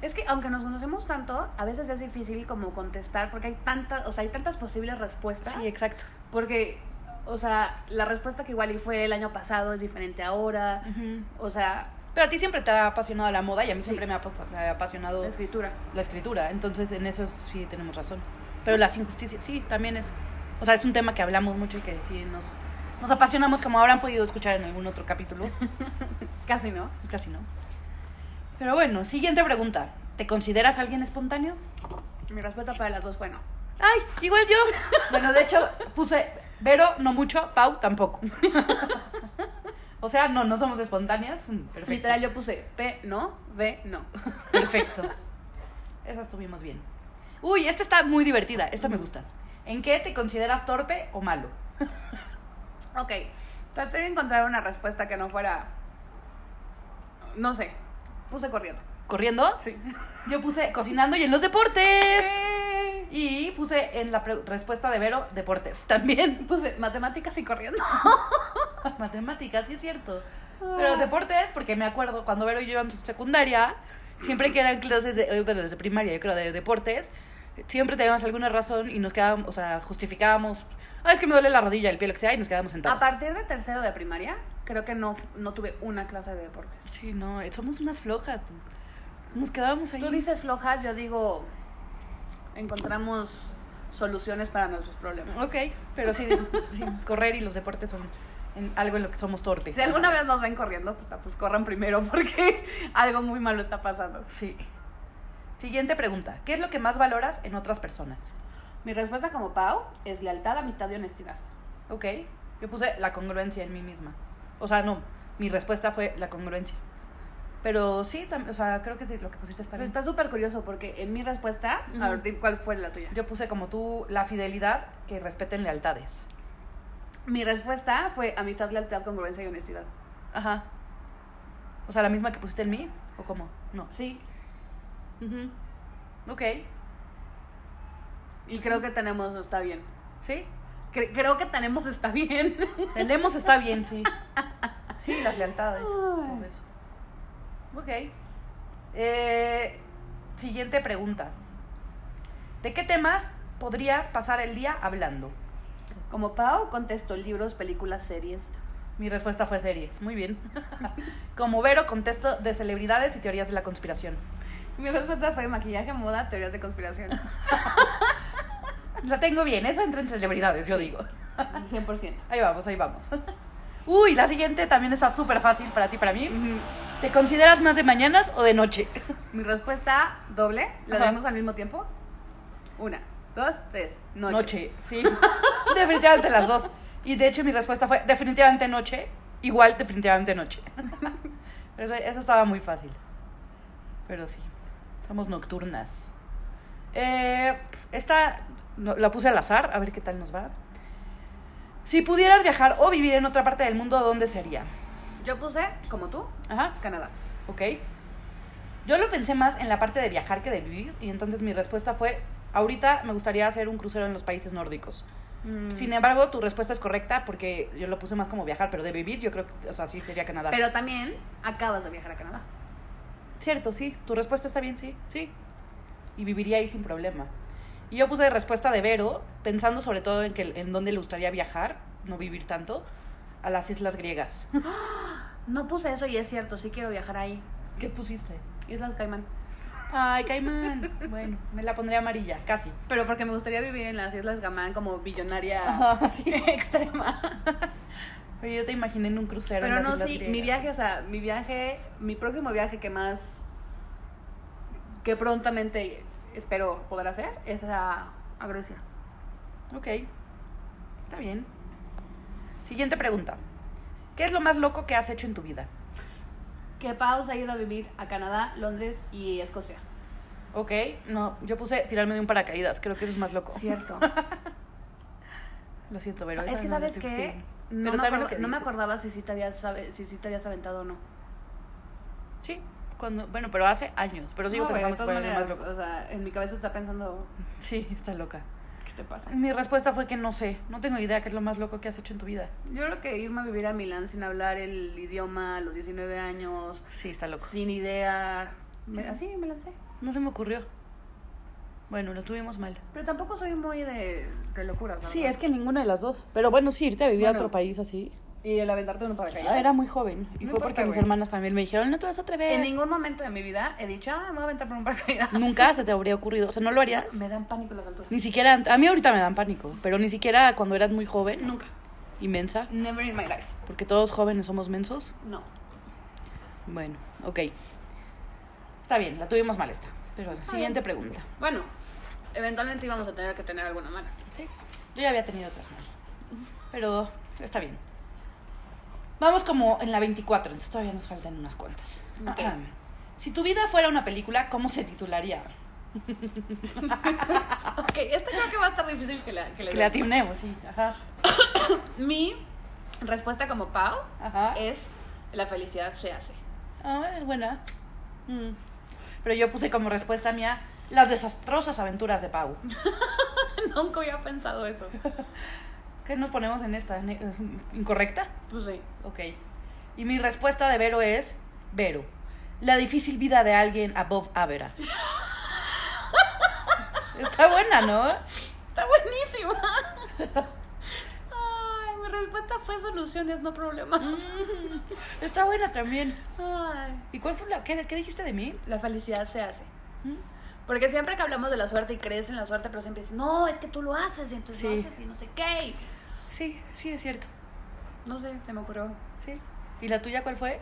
[SPEAKER 2] Es que aunque nos conocemos tanto, a veces es difícil como contestar porque hay tantas, o sea, hay tantas posibles respuestas.
[SPEAKER 3] Sí, exacto.
[SPEAKER 2] Porque, o sea, la respuesta que igual y fue el año pasado es diferente ahora.
[SPEAKER 3] Ujú.
[SPEAKER 2] O sea,
[SPEAKER 3] Pero a ti siempre te ha apasionado la moda y a mí siempre me ha, apa- me ha apasionado
[SPEAKER 2] la escritura.
[SPEAKER 3] la escritura. Entonces, en eso sí tenemos razón. Pero las injusticias, sí, también es. O sea, es un tema que hablamos mucho y que sí nos, nos apasionamos, como habrán podido escuchar en algún otro capítulo.
[SPEAKER 2] Casi, ¿no?
[SPEAKER 3] Casi no. Pero bueno, siguiente pregunta. ¿Te consideras alguien espontáneo?
[SPEAKER 2] Mi respuesta para las dos fue no.
[SPEAKER 3] ¡Ay! Igual yo. Bueno, de hecho, puse Vero, no mucho, Pau, tampoco. O sea, no, no somos espontáneas. Mm, Perfecto.
[SPEAKER 2] Literal, yo puse P no, B no.
[SPEAKER 3] Perfecto. Esa estuvimos bien. Uy, esta está muy divertida. Esta me gusta. ¿En qué te consideras torpe o malo?
[SPEAKER 2] Ok, traté de encontrar una respuesta que no fuera. No sé, puse corriendo.
[SPEAKER 3] ¿Corriendo?
[SPEAKER 2] Sí.
[SPEAKER 3] Yo puse cocinando y en los deportes. Y puse en la pre- respuesta de Vero, deportes también.
[SPEAKER 2] Puse matemáticas y corriendo.
[SPEAKER 3] Matemáticas, sí es cierto.
[SPEAKER 2] Ah.
[SPEAKER 3] Pero deportes, porque me acuerdo cuando Vero y yo íbamos a secundaria, siempre que eran clases de, eh, bueno, desde primaria, yo creo, de deportes, siempre teníamos alguna razón y nos quedábamos, o sea, justificábamos, ah, es que me duele la rodilla, el pie, lo que sea, y nos quedábamos sentados.
[SPEAKER 2] A partir de tercero de primaria, creo que no, no tuve una clase de deportes.
[SPEAKER 3] Sí, no, eh, somos unas flojas. pues. Nos quedábamos ahí.
[SPEAKER 2] Tú dices flojas, yo digo. Encontramos soluciones para nuestros problemas.
[SPEAKER 3] Ok, pero sí, sí, correr y los deportes son en algo en lo que somos torpes.
[SPEAKER 2] Si alguna vez nos ven corriendo, puta, pues corran primero porque algo muy malo está pasando.
[SPEAKER 3] Sí. Siguiente pregunta. ¿Qué es lo que más valoras en otras personas?
[SPEAKER 2] Mi respuesta como Pau es lealtad, amistad y honestidad.
[SPEAKER 3] Ok. Yo puse la congruencia en mí misma. O sea, no. Mi respuesta fue la congruencia. Pero sí, tam- o sea, creo que sí, lo que pusiste
[SPEAKER 2] O
[SPEAKER 3] está
[SPEAKER 2] sea,
[SPEAKER 3] bien.
[SPEAKER 2] está súper curioso porque en mi respuesta,
[SPEAKER 3] Ujú.
[SPEAKER 2] a ver, di- ¿cuál fue la tuya?
[SPEAKER 3] Yo puse como tú la fidelidad que respeten lealtades.
[SPEAKER 2] Mi respuesta fue amistad, lealtad, congruencia y honestidad.
[SPEAKER 3] Ajá. O sea, la misma que pusiste en mí, ¿o cómo? No.
[SPEAKER 2] Sí.
[SPEAKER 3] Ujú. Ok.
[SPEAKER 2] Y creo que tenemos está bien.
[SPEAKER 3] Sí.
[SPEAKER 2] Cre- creo que tenemos está bien.
[SPEAKER 3] Tenemos está bien, sí. Sí, las lealtades. Todo eso. Ok. Eh, siguiente pregunta. ¿De qué temas podrías pasar el día hablando?
[SPEAKER 2] Como Pau, contesto libros, películas, series.
[SPEAKER 3] Mi respuesta fue series. Muy bien. Como Vero, contesto de celebridades y teorías de la conspiración.
[SPEAKER 2] Mi respuesta fue maquillaje, moda, teorías de conspiración.
[SPEAKER 3] La tengo bien, eso entra en celebridades, yo digo.
[SPEAKER 2] 100%.
[SPEAKER 3] Ahí vamos, ahí vamos. Uy, la siguiente también está súper fácil para ti, para mí. ¿Te consideras más de mañanas o de noche?
[SPEAKER 2] Mi respuesta doble, la
[SPEAKER 3] Ajá.
[SPEAKER 2] damos al mismo tiempo. Una, dos, tres. Noches.
[SPEAKER 3] Noche, sí. definitivamente las dos. Y de hecho mi respuesta fue definitivamente noche, igual definitivamente noche. Pero eso, eso estaba muy fácil. Pero sí, somos nocturnas. Eh, esta no- la puse al azar, a ver qué tal nos va. Si pudieras viajar o vivir en otra parte del mundo, ¿dónde sería?
[SPEAKER 2] Yo puse, como tú,
[SPEAKER 3] Ajá,
[SPEAKER 2] Canadá.
[SPEAKER 3] ok. Yo lo pensé más en la parte de viajar que de vivir, y entonces mi respuesta fue, ahorita me gustaría hacer un crucero en los países nórdicos.
[SPEAKER 2] Mm.
[SPEAKER 3] Sin embargo, tu respuesta es correcta porque yo lo puse más como viajar, pero de vivir yo creo que, o sea, sí sería Canadá.
[SPEAKER 2] Pero también acabas de viajar a Canadá.
[SPEAKER 3] Cierto, sí, tu respuesta está bien, sí, sí. Y viviría ahí sin problema. Y yo puse respuesta de Vero, pensando sobre todo en, que, en dónde le gustaría viajar, no vivir tanto, a las islas griegas.
[SPEAKER 2] No puse eso y es cierto, sí quiero viajar ahí.
[SPEAKER 3] ¿Qué pusiste?
[SPEAKER 2] Islas Caimán.
[SPEAKER 3] Ay, Caimán. Bueno, me la pondría amarilla, casi.
[SPEAKER 2] Pero porque me gustaría vivir en las Islas Caimán como billonaria
[SPEAKER 3] Ah, sí.
[SPEAKER 2] extrema.
[SPEAKER 3] Pero yo te imaginé en un crucero. en
[SPEAKER 2] Pero
[SPEAKER 3] las
[SPEAKER 2] no,
[SPEAKER 3] islas
[SPEAKER 2] sí, mi
[SPEAKER 3] griegas.
[SPEAKER 2] viaje, o sea, mi viaje, mi próximo viaje que más, que prontamente espero poder hacer es a, a Grecia.
[SPEAKER 3] Ok. Está bien. Siguiente pregunta. ¿Qué es lo más loco que has hecho en tu vida?
[SPEAKER 2] Que Pau se ha ido a vivir a Canadá, Londres y Escocia.
[SPEAKER 3] Ok, no, yo puse tirarme de un paracaídas, creo que eso es más loco.
[SPEAKER 2] Cierto.
[SPEAKER 3] Lo siento, pero
[SPEAKER 2] es que, ¿sabes qué? No, me, acuerdo- no me acordaba si sí, te habías, sabe- si sí te habías aventado o no.
[SPEAKER 3] Sí, cuando, bueno, pero hace años, pero sigo
[SPEAKER 2] no, güey, de
[SPEAKER 3] pensando que fue
[SPEAKER 2] todas
[SPEAKER 3] lo más
[SPEAKER 2] maneras,
[SPEAKER 3] loco.
[SPEAKER 2] o sea, en mi cabeza está pensando,
[SPEAKER 3] Sí, está loca.
[SPEAKER 2] ¿qué te pasa?
[SPEAKER 3] Mi respuesta fue que no sé, no tengo idea qué es lo más loco que has hecho en tu vida.
[SPEAKER 2] Yo creo que irme a vivir a Milán sin hablar el idioma a los 19 años,
[SPEAKER 3] Sí, está loco.
[SPEAKER 2] sin idea. me- así me lancé.
[SPEAKER 3] No se me ocurrió. Bueno, lo tuvimos mal.
[SPEAKER 2] Pero tampoco soy muy de, de locuras, la verdad.
[SPEAKER 3] que ninguna de las dos. Pero bueno, sí, irte a vivir
[SPEAKER 2] Bueno.
[SPEAKER 3] país así.
[SPEAKER 2] Y el aventarte uno para
[SPEAKER 3] Ah, Era muy joven. Y
[SPEAKER 2] No
[SPEAKER 3] fue
[SPEAKER 2] importa,
[SPEAKER 3] porque mis
[SPEAKER 2] güey.
[SPEAKER 3] hermanas también me dijeron, no te vas a
[SPEAKER 2] En
[SPEAKER 3] atrever.
[SPEAKER 2] ningún momento de mi vida he dicho, ah, me voy a aventar por un paracaídas.
[SPEAKER 3] Nunca se te habría ocurrido. O sea, no lo harías.
[SPEAKER 2] Me dan pánico las alturas.
[SPEAKER 3] Ni siquiera, ant- a mí ahorita me dan pánico, pero ni siquiera cuando eras muy joven,
[SPEAKER 2] Nunca.
[SPEAKER 3] inmensa,
[SPEAKER 2] Never in my life.
[SPEAKER 3] porque todos jóvenes somos mensos.
[SPEAKER 2] No.
[SPEAKER 3] Bueno, ok. Está bien, la tuvimos mal esta. Pero bueno, siguiente pregunta.
[SPEAKER 2] Bueno, eventualmente íbamos a tener que tener alguna mala.
[SPEAKER 3] Sí, yo ya había tenido otras mal, pero está bien. Vamos como en la 24, entonces todavía nos faltan unas cuantas.
[SPEAKER 2] Ok.
[SPEAKER 3] Si tu vida fuera una película, ¿cómo se titularía?
[SPEAKER 2] Ok, esta creo que va a estar difícil que la que le
[SPEAKER 3] Que la
[SPEAKER 2] demos.
[SPEAKER 3] atinemos, sí. Ajá.
[SPEAKER 2] Mi respuesta como Pau
[SPEAKER 3] Ajá.
[SPEAKER 2] es la felicidad se hace.
[SPEAKER 3] Ah, es buena. Mm. Pero yo puse como respuesta mía las desastrosas aventuras de Pau.
[SPEAKER 2] Nunca había pensado eso.
[SPEAKER 3] ¿Qué nos ponemos en esta? ¿Ne- ¿Incorrecta?
[SPEAKER 2] Pues sí.
[SPEAKER 3] Ok. Y mi respuesta de Vero es Vero. La difícil vida de alguien above average. Está buena, ¿no?
[SPEAKER 2] Está buenísima. Ay, mi respuesta fue soluciones, no problemas.
[SPEAKER 3] Mm. Está buena también.
[SPEAKER 2] Ay.
[SPEAKER 3] ¿Y cuál fue la qué, qué dijiste de mí?
[SPEAKER 2] La felicidad se hace.
[SPEAKER 3] ¿Mm?
[SPEAKER 2] Porque siempre que hablamos de la suerte y crees en la suerte, pero siempre dices, no, es que tú lo haces y entonces lo
[SPEAKER 3] Sí.
[SPEAKER 2] haces y no sé qué. y
[SPEAKER 3] Sí, sí es cierto.
[SPEAKER 2] No sé, se me ocurrió.
[SPEAKER 3] Sí. ¿Y la tuya cuál fue?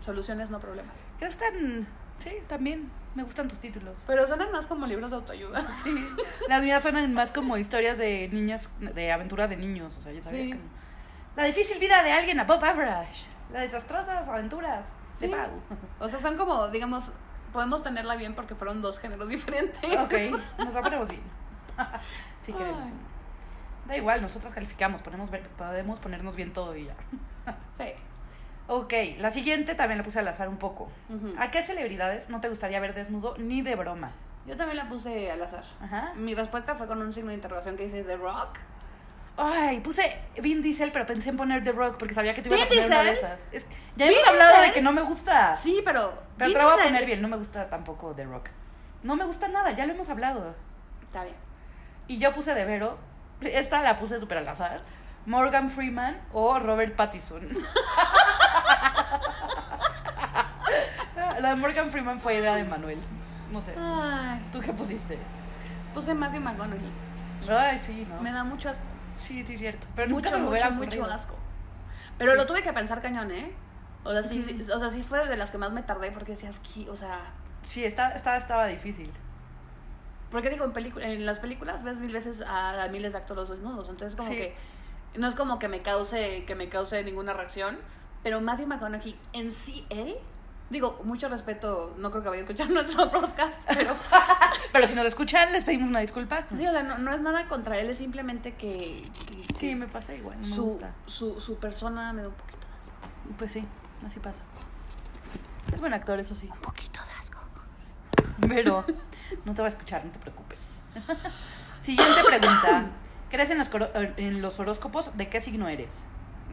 [SPEAKER 2] Soluciones, no problemas.
[SPEAKER 3] Creo que están sí, también me gustan tus títulos.
[SPEAKER 2] Pero suenan más como libros de autoayuda.
[SPEAKER 3] Sí, las mías suenan más como historias de niñas, de aventuras de niños, o sea, ya sabes.
[SPEAKER 2] Sí.
[SPEAKER 3] como, la difícil vida de alguien a Bob Average, las desastrosas aventuras
[SPEAKER 2] Sí.
[SPEAKER 3] de Pau.
[SPEAKER 2] O sea, son como, digamos, podemos tenerla bien porque fueron dos géneros diferentes.
[SPEAKER 3] Ok, nos la ponemos bien. sí, queremos.
[SPEAKER 2] Ay.
[SPEAKER 3] Da igual, nosotros calificamos, ponemos, ver- podemos ponernos bien todo y ya.
[SPEAKER 2] Sí.
[SPEAKER 3] Ok, la siguiente también la puse al azar un poco.
[SPEAKER 2] Ujú.
[SPEAKER 3] ¿A qué celebridades no te gustaría ver desnudo ni de broma?
[SPEAKER 2] Yo también la puse al azar.
[SPEAKER 3] Ajá.
[SPEAKER 2] Mi respuesta fue con un signo de interrogación que dice The Rock.
[SPEAKER 3] Ay, puse Vin Diesel, pero pensé en poner The Rock porque sabía que tú ibas a
[SPEAKER 2] ¿Vin
[SPEAKER 3] poner una de
[SPEAKER 2] Diesel?
[SPEAKER 3] esas. Es que ya
[SPEAKER 2] ¿Vin
[SPEAKER 3] hemos hablado de
[SPEAKER 2] Diesel?
[SPEAKER 3] que no me gusta.
[SPEAKER 2] Sí, pero.
[SPEAKER 3] Ah. pero
[SPEAKER 2] Vin
[SPEAKER 3] te la voy a
[SPEAKER 2] Diesel-
[SPEAKER 3] poner bien, no me gusta tampoco The Rock. No me gusta nada, ya lo hemos hablado.
[SPEAKER 2] Está bien.
[SPEAKER 3] Y yo puse de Vero Esta la puse súper al azar. Morgan Freeman o Robert Pattinson. la de Morgan Freeman fue idea de Manuel. No sé.
[SPEAKER 2] Ay,
[SPEAKER 3] ¿Tú qué pusiste?
[SPEAKER 2] puse Matthew McConaughey.
[SPEAKER 3] Ay, sí, ¿no?
[SPEAKER 2] Me da mucho asco.
[SPEAKER 3] Sí, sí, cierto. Pero nunca
[SPEAKER 2] mucho,
[SPEAKER 3] se me
[SPEAKER 2] mucho,
[SPEAKER 3] hubiera
[SPEAKER 2] mucho
[SPEAKER 3] ocurrido.
[SPEAKER 2] asco. Pero lo tuve que pensar cañón, ¿eh? O sea, sí, sí, o sea, sí fue de las que más me tardé porque decía, "Qui- o sea,
[SPEAKER 3] Sí, esta, esta estaba difícil.
[SPEAKER 2] porque digo, en, pelicu- en las películas ves mil veces a, a miles de actores desnudos, entonces como
[SPEAKER 3] Sí.
[SPEAKER 2] que no es como que me cause que me cause ninguna reacción, pero Matthew McConaughey en sí él, digo, mucho respeto, no creo que vaya a escuchar nuestro podcast, pero
[SPEAKER 3] Pero si nos escuchan, les pedimos una disculpa.
[SPEAKER 2] sí, o sea, no, no es nada contra él, es simplemente que, que-
[SPEAKER 3] Sí,
[SPEAKER 2] que
[SPEAKER 3] me pasa igual. no Me
[SPEAKER 2] su,
[SPEAKER 3] gusta.
[SPEAKER 2] su, su persona me da un poquito de asco.
[SPEAKER 3] Pues sí, así pasa. Es buen actor, eso sí.
[SPEAKER 2] Un poquito de asco.
[SPEAKER 3] Pero no te va a escuchar, no te preocupes. Siguiente pregunta. ¿Crees en los, coro- en los horóscopos? ¿De qué signo eres?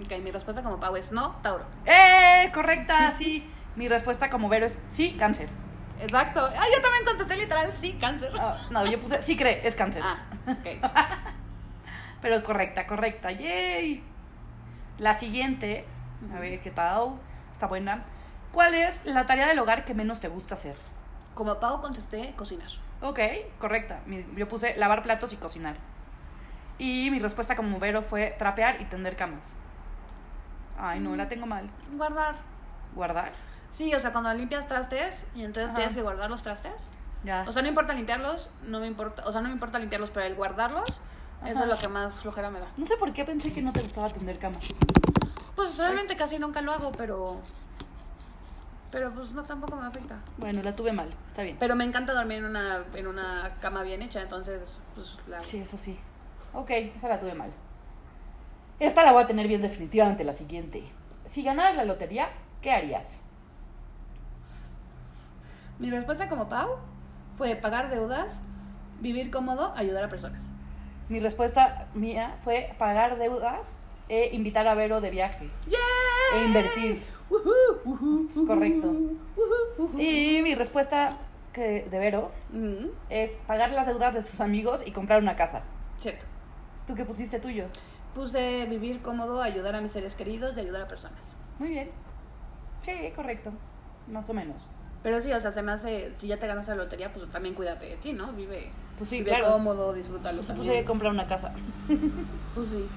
[SPEAKER 2] Ok, mi respuesta como Pau es no, Tauro.
[SPEAKER 3] ¡Eh! Correcta, sí. Mi respuesta como Vero es sí, cáncer.
[SPEAKER 2] Exacto. Ah, yo también contesté literal, sí, cáncer.
[SPEAKER 3] Ah, no, yo puse sí cree, es cáncer.
[SPEAKER 2] Ah, ok.
[SPEAKER 3] Pero correcta, correcta. ¡Yay! La siguiente, a ver qué tal. Está buena. ¿Cuál es la tarea del hogar que menos te gusta hacer?
[SPEAKER 2] Como Pau contesté cocinar.
[SPEAKER 3] Ok, correcta. Mi- Yo puse lavar platos y cocinar. Y mi respuesta como Vero fue trapear y tender camas. Ay,
[SPEAKER 2] Mm.
[SPEAKER 3] no, la tengo mal.
[SPEAKER 2] Guardar.
[SPEAKER 3] Guardar.
[SPEAKER 2] Sí, o sea, cuando limpias trastes y entonces
[SPEAKER 3] Ajá.
[SPEAKER 2] tienes que guardar los trastes.
[SPEAKER 3] Ya.
[SPEAKER 2] O sea, no importa limpiarlos, no me importa, o sea, no me importa limpiarlos, pero el guardarlos, eso
[SPEAKER 3] Ajá.
[SPEAKER 2] es lo que más flojera me da.
[SPEAKER 3] no sé por qué pensé que no te gustaba tender camas.
[SPEAKER 2] Pues realmente casi nunca lo hago, pero pero pues no tampoco me afecta.
[SPEAKER 3] Bueno, la tuve mal. Está bien.
[SPEAKER 2] Pero me encanta dormir en una en una cama bien hecha, entonces pues la hago.
[SPEAKER 3] Sí, eso sí. Ok, esa la tuve mal. Esta la voy a tener bien definitivamente, la siguiente. Si ganaras la lotería, ¿qué harías?
[SPEAKER 2] Mi respuesta como Pau fue pagar deudas, vivir cómodo, ayudar a personas.
[SPEAKER 3] Mi respuesta mía fue pagar deudas e invitar a Vero de viaje. E invertir. Esto es correcto. Y mi respuesta que de Vero
[SPEAKER 2] Mm,
[SPEAKER 3] es pagar las deudas de sus amigos y comprar una casa.
[SPEAKER 2] cierto.
[SPEAKER 3] ¿Tú qué pusiste tuyo?
[SPEAKER 2] Puse vivir cómodo, ayudar a mis seres queridos y ayudar a personas.
[SPEAKER 3] Muy bien. Sí, correcto. Más o menos.
[SPEAKER 2] Pero sí, o sea, se me hace, si ya te ganas la lotería, pues también cuídate de ti, ¿no? Vive,
[SPEAKER 3] Pues sí,
[SPEAKER 2] vive
[SPEAKER 3] claro. Pues
[SPEAKER 2] cómodo, disfrútalo
[SPEAKER 3] Yo puse
[SPEAKER 2] también.
[SPEAKER 3] comprar una casa.
[SPEAKER 2] Pues sí,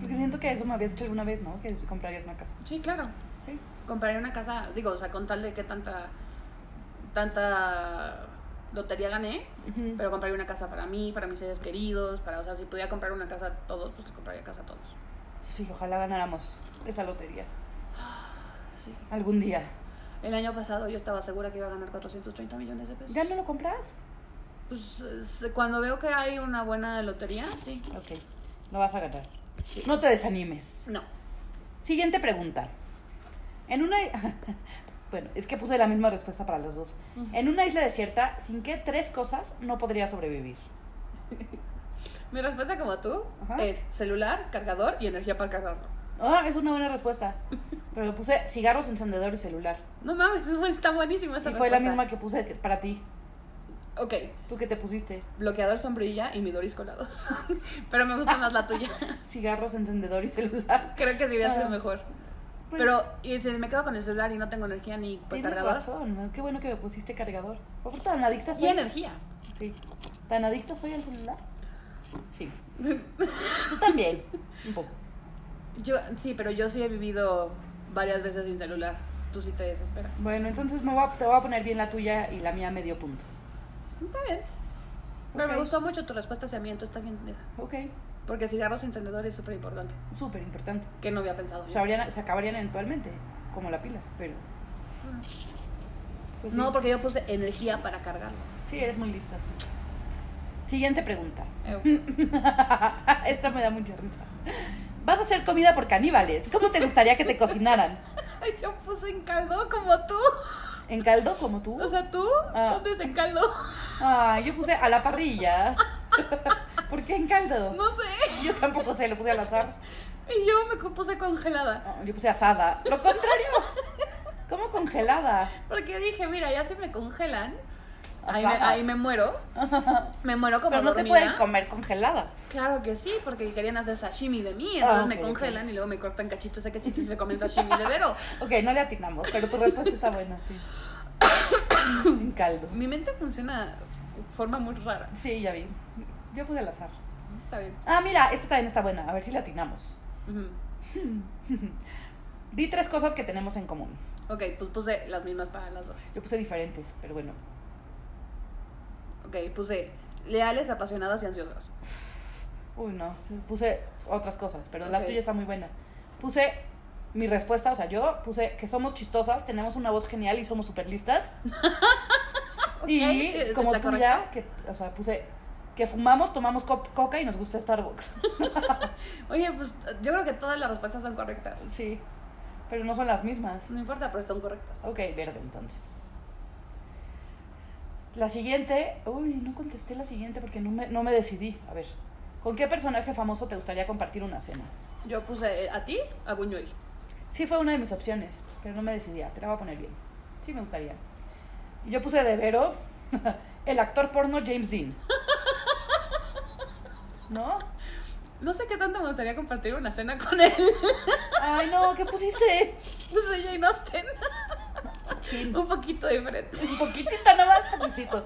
[SPEAKER 3] Porque siento que eso me habías dicho alguna vez, ¿no? Que comprarías una casa.
[SPEAKER 2] sí, claro.
[SPEAKER 3] Sí.
[SPEAKER 2] Compraré una casa, digo, o sea, con tal de que tanta, tanta lotería gané,
[SPEAKER 3] Ujú.
[SPEAKER 2] Pero compraría una casa para mí, para mis seres queridos, para, o sea, si pudiera comprar una casa a todos, pues compraría casa a todos.
[SPEAKER 3] Sí, ojalá ganáramos esa lotería.
[SPEAKER 2] Sí.
[SPEAKER 3] Algún día.
[SPEAKER 2] El año pasado yo estaba segura que iba a ganar 430 millones de pesos.
[SPEAKER 3] ¿Ya no lo compras?
[SPEAKER 2] Pues es- cuando veo que hay una buena lotería, sí.
[SPEAKER 3] Ok, lo vas a ganar.
[SPEAKER 2] Sí.
[SPEAKER 3] No te desanimes.
[SPEAKER 2] No.
[SPEAKER 3] Siguiente pregunta. En una... i- bueno, es que puse la misma respuesta para los dos. En una isla desierta, ¿sin qué tres cosas no podría sobrevivir?
[SPEAKER 2] Mi respuesta como tú
[SPEAKER 3] Ajá.
[SPEAKER 2] es celular, cargador y energía para cargarlo.
[SPEAKER 3] Ah, es una buena respuesta. Pero puse cigarros, encendedor y celular.
[SPEAKER 2] No mames, es buen- está buenísima esa
[SPEAKER 3] Y fue la
[SPEAKER 2] respuesta.
[SPEAKER 3] misma que puse que- para ti.
[SPEAKER 2] Ok,
[SPEAKER 3] ¿Tú qué te pusiste?
[SPEAKER 2] bloqueador, sombrilla y midoris colados. Pero me gusta más la tuya.
[SPEAKER 3] Cigarros, encendedor y celular.
[SPEAKER 2] Creo que sí hubiera sido
[SPEAKER 3] Ah,
[SPEAKER 2] mejor.
[SPEAKER 3] Pues,
[SPEAKER 2] Pero y si me quedo con el celular y no tengo energía ni para
[SPEAKER 3] Tienes
[SPEAKER 2] cargador.
[SPEAKER 3] razón. ¿no? Qué bueno que me pusiste cargador. ¿Por qué tan adicta
[SPEAKER 2] Y
[SPEAKER 3] soy?
[SPEAKER 2] energía.
[SPEAKER 3] Sí. ¿Tan adicta soy al celular? Sí. Tú también. Un poco.
[SPEAKER 2] Yo, sí, pero yo sí he vivido varias veces sin celular. Tú sí te desesperas.
[SPEAKER 3] Bueno, entonces me voy a- te voy a poner bien la tuya y la mía medio punto.
[SPEAKER 2] Está bien. Pero
[SPEAKER 3] Ok.
[SPEAKER 2] me gustó mucho tu respuesta hacia mí, entonces está bien esa.
[SPEAKER 3] Ok,
[SPEAKER 2] Porque cigarros encendedor es súper importante.
[SPEAKER 3] súper importante.
[SPEAKER 2] Que no había pensado.
[SPEAKER 3] Se, habrían- se acabarían eventualmente, como la pila, pero... Pues sí.
[SPEAKER 2] Mm. No, porque yo puse energía para cargarlo.
[SPEAKER 3] Sí, eres muy lista. Siguiente pregunta.
[SPEAKER 2] Eh,
[SPEAKER 3] Esta me da mucha risa. Vas a hacer comida por caníbales. ¿Cómo te gustaría que te cocinaran?
[SPEAKER 2] Ay, yo puse en caldo como tú.
[SPEAKER 3] ¿En caldo como tú?
[SPEAKER 2] O sea, tú
[SPEAKER 3] Ah.
[SPEAKER 2] pones en caldo.
[SPEAKER 3] Ay, yo puse a la parrilla. ¿Por qué en caldo?
[SPEAKER 2] No sé.
[SPEAKER 3] Yo tampoco sé, lo puse al azar.
[SPEAKER 2] Y yo me co- puse congelada.
[SPEAKER 3] No, yo puse asada. Lo contrario. ¿Cómo congelada?
[SPEAKER 2] Porque dije, mira, ya si me congelan, ahí me,
[SPEAKER 3] Asada.
[SPEAKER 2] ahí me muero. Me muero como
[SPEAKER 3] Pero no te
[SPEAKER 2] dormida.
[SPEAKER 3] pueden comer congelada.
[SPEAKER 2] Claro que sí, porque querían hacer sashimi de mí, entonces
[SPEAKER 3] Ah,
[SPEAKER 2] me
[SPEAKER 3] ok,
[SPEAKER 2] congelan
[SPEAKER 3] ok.
[SPEAKER 2] y luego me cortan cachitos a cachitos y se comen sashimi de vero.
[SPEAKER 3] Ok, no le atinamos, pero tu respuesta está buena, sí. Un caldo.
[SPEAKER 2] Mi mente funciona de forma muy rara.
[SPEAKER 3] Sí, ya vi. Yo puse al azar.
[SPEAKER 2] Está bien.
[SPEAKER 3] Ah, mira, esta también está buena. A ver si la atinamos.
[SPEAKER 2] Ujú.
[SPEAKER 3] Di tres cosas que tenemos en común.
[SPEAKER 2] Ok, pues puse las mismas para las dos.
[SPEAKER 3] Yo puse diferentes, pero bueno.
[SPEAKER 2] Ok, puse leales, apasionadas y ansiosas.
[SPEAKER 3] Uy, no. Puse otras cosas, pero la
[SPEAKER 2] Ok.
[SPEAKER 3] tuya está muy buena. Puse mi respuesta, o sea, yo puse que somos chistosas, tenemos una voz genial y somos súper listas.
[SPEAKER 2] Ok, eh,
[SPEAKER 3] y
[SPEAKER 2] ¿está
[SPEAKER 3] como tú
[SPEAKER 2] correcta?
[SPEAKER 3] ya, que, o sea, puse que fumamos, tomamos co- coca y nos gusta Starbucks.
[SPEAKER 2] Oye, pues yo creo que todas las respuestas son correctas.
[SPEAKER 3] sí, pero no son las mismas.
[SPEAKER 2] No importa, pero son correctas.
[SPEAKER 3] Ok, verde entonces. La siguiente, uy, no contesté la siguiente porque no me, no me decidí. A ver, ¿con qué personaje famoso te gustaría compartir una cena?
[SPEAKER 2] Yo puse eh, a ti, a Buñuel.
[SPEAKER 3] Sí fue una de mis opciones, pero no me decidía, te la voy a poner bien. Sí me gustaría. Y Yo puse de Vero el actor porno James Dean. ¿No?
[SPEAKER 2] No sé qué tanto me gustaría compartir una cena con él.
[SPEAKER 3] Ay, no, ¿qué pusiste?
[SPEAKER 2] Puse Jane Austen.
[SPEAKER 3] ¿Quién?
[SPEAKER 2] Un poquito diferente.
[SPEAKER 3] Un poquitito nomás, poquitito.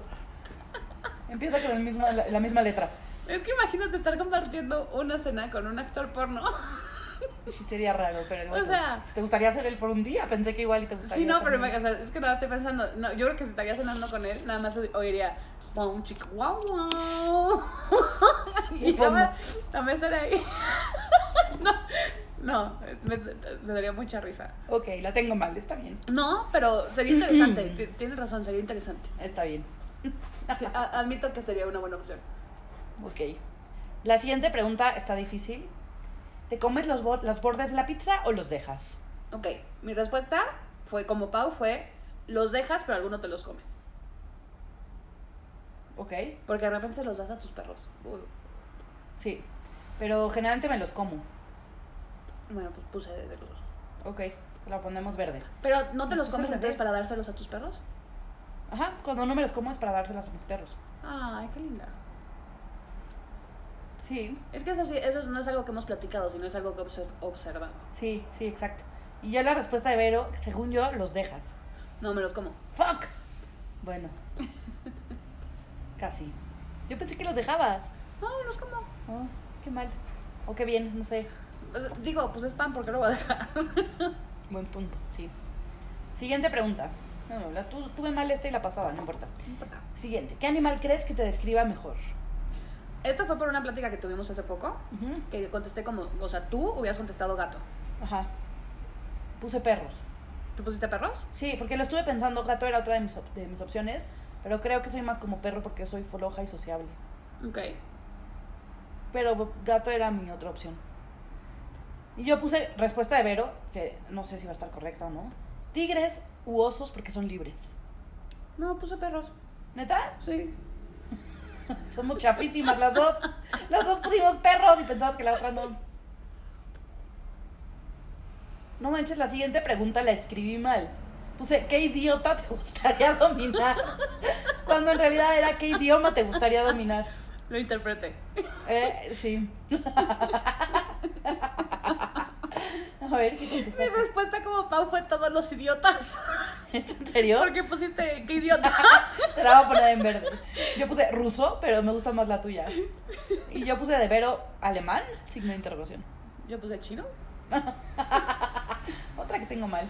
[SPEAKER 3] Empieza con el mismo- la- la misma letra.
[SPEAKER 2] Es que imagínate estar compartiendo una cena con un actor porno.
[SPEAKER 3] Sí, sería raro, pero bueno.
[SPEAKER 2] sea-
[SPEAKER 3] ¿Te gustaría hacer él por un día? Pensé que igual y te gustaría.
[SPEAKER 2] Sí, no, pero me,
[SPEAKER 3] también.
[SPEAKER 2] o sea, es que nada, estoy pensando. No, yo creo que si estaría cenando con él, nada más oiría. Wow, chico, wow, wow.
[SPEAKER 3] Y
[SPEAKER 2] y yo
[SPEAKER 3] fondo.
[SPEAKER 2] me, la mesera ahí. no, no, me, me daría mucha risa.
[SPEAKER 3] Ok, la tengo mal, está bien.
[SPEAKER 2] No, pero sería interesante. Ti- Tienes razón, sería interesante.
[SPEAKER 3] Está bien.
[SPEAKER 2] Sí, a- admito que sería una buena opción.
[SPEAKER 3] Ok. La siguiente pregunta está difícil. ¿Te comes los, bor- los bordes de la pizza o los dejas?
[SPEAKER 2] Ok, mi respuesta fue como Pau fue, los dejas pero alguno te los comes.
[SPEAKER 3] Ok,
[SPEAKER 2] Porque de repente se los das a tus perros. Uy,
[SPEAKER 3] sí. Pero generalmente me los como.
[SPEAKER 2] bueno, pues puse de de los.
[SPEAKER 3] Ok, la ponemos verde.
[SPEAKER 2] Pero no te los
[SPEAKER 3] Pues
[SPEAKER 2] comes
[SPEAKER 3] al
[SPEAKER 2] entonces
[SPEAKER 3] revés.
[SPEAKER 2] para dárselos a tus perros.
[SPEAKER 3] Ajá, cuando no me los como es para dárselas a mis perros.
[SPEAKER 2] Ay, qué linda.
[SPEAKER 3] Sí,
[SPEAKER 2] Es que eso sí, eso no es algo que hemos platicado, sino es algo que hemos observado.
[SPEAKER 3] sí, sí, exacto. Y ya la respuesta de Vero, según yo, los dejas.
[SPEAKER 2] No me los como.
[SPEAKER 3] ¡Fuck! Bueno. Casi. Yo pensé que los dejabas.
[SPEAKER 2] No, me los como.
[SPEAKER 3] Oh, qué mal. O qué bien, no sé.
[SPEAKER 2] Pues, digo, pues es pan, porque lo voy a dejar?
[SPEAKER 3] Buen punto, sí. Siguiente pregunta. No, no, la tu- tuve mal esta y la pasada, no importa.
[SPEAKER 2] No importa.
[SPEAKER 3] Siguiente. ¿Qué animal crees que te describa mejor?
[SPEAKER 2] Esto fue por una plática que tuvimos hace poco,
[SPEAKER 3] Ujú,
[SPEAKER 2] que contesté como, o sea, tú hubieras contestado gato.
[SPEAKER 3] Ajá. Puse perros.
[SPEAKER 2] ¿Tú pusiste perros?
[SPEAKER 3] Sí, porque lo estuve pensando, gato era otra de mis, op- de mis opciones, pero creo que soy más como perro porque soy floja y sociable.
[SPEAKER 2] Ok.
[SPEAKER 3] Pero gato era mi otra opción. Y yo puse respuesta de Vero, que no sé si va a estar correcta o no. Tigres u osos porque son libres.
[SPEAKER 2] No, puse perros.
[SPEAKER 3] ¿Neta?
[SPEAKER 2] Sí.
[SPEAKER 3] Son muy chafísimas las dos. Las dos pusimos perros y pensamos que la otra no. No manches, la siguiente pregunta la escribí mal. Puse, ¿qué idiota te gustaría dominar? Cuando en realidad era, ¿qué idioma te gustaría dominar?
[SPEAKER 2] Lo interpreté.
[SPEAKER 3] Eh, sí. A ver, ¿qué
[SPEAKER 2] Mi
[SPEAKER 3] contestaste?
[SPEAKER 2] respuesta como Pau fue todos los idiotas.
[SPEAKER 3] ¿En serio?
[SPEAKER 2] Porque pusiste qué idiota.
[SPEAKER 3] Te la voy a poner en verde. Yo puse ruso, pero me gusta más la tuya. Y yo puse de vero alemán, signo de interrogación.
[SPEAKER 2] Yo puse chino.
[SPEAKER 3] Otra que tengo mal.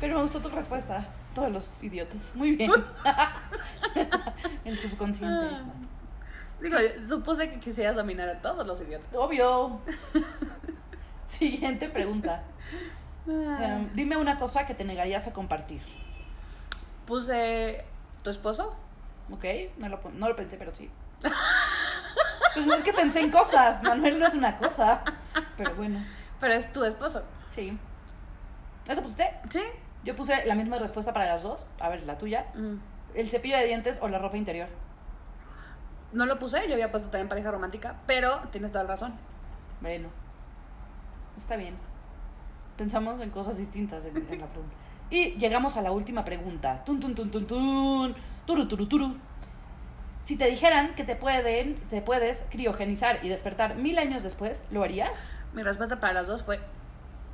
[SPEAKER 3] Pero me gustó tu respuesta. Todos los idiotas. Muy bien. El subconsciente.
[SPEAKER 2] Digo, supuse que quisieras dominar a todos los idiotas.
[SPEAKER 3] Obvio. Siguiente pregunta. Em, dime una cosa que te negarías a compartir.
[SPEAKER 2] Puse tu esposo.
[SPEAKER 3] ¿Ok? No lo, pon- no lo pensé, pero sí. Pues no es que pensé en cosas. Manuel no es una cosa. Pero bueno,
[SPEAKER 2] Pero es tu esposo.
[SPEAKER 3] sí. ¿Eso pusiste?
[SPEAKER 2] Sí.
[SPEAKER 3] Yo puse la misma respuesta para las dos. A ver, la tuya.
[SPEAKER 2] Mm.
[SPEAKER 3] El cepillo de dientes o la ropa interior.
[SPEAKER 2] No lo puse, yo había puesto también pareja romántica, pero tienes toda la razón.
[SPEAKER 3] Bueno. Está bien. Pensamos en cosas distintas en, en la pregunta. Y llegamos a la última pregunta. Tun, tun, tun, tun, tun. Turu, turu, turu. Si te dijeran que te pueden, te puedes criogenizar y despertar mil años después, ¿lo harías?
[SPEAKER 2] Mi respuesta para las dos fue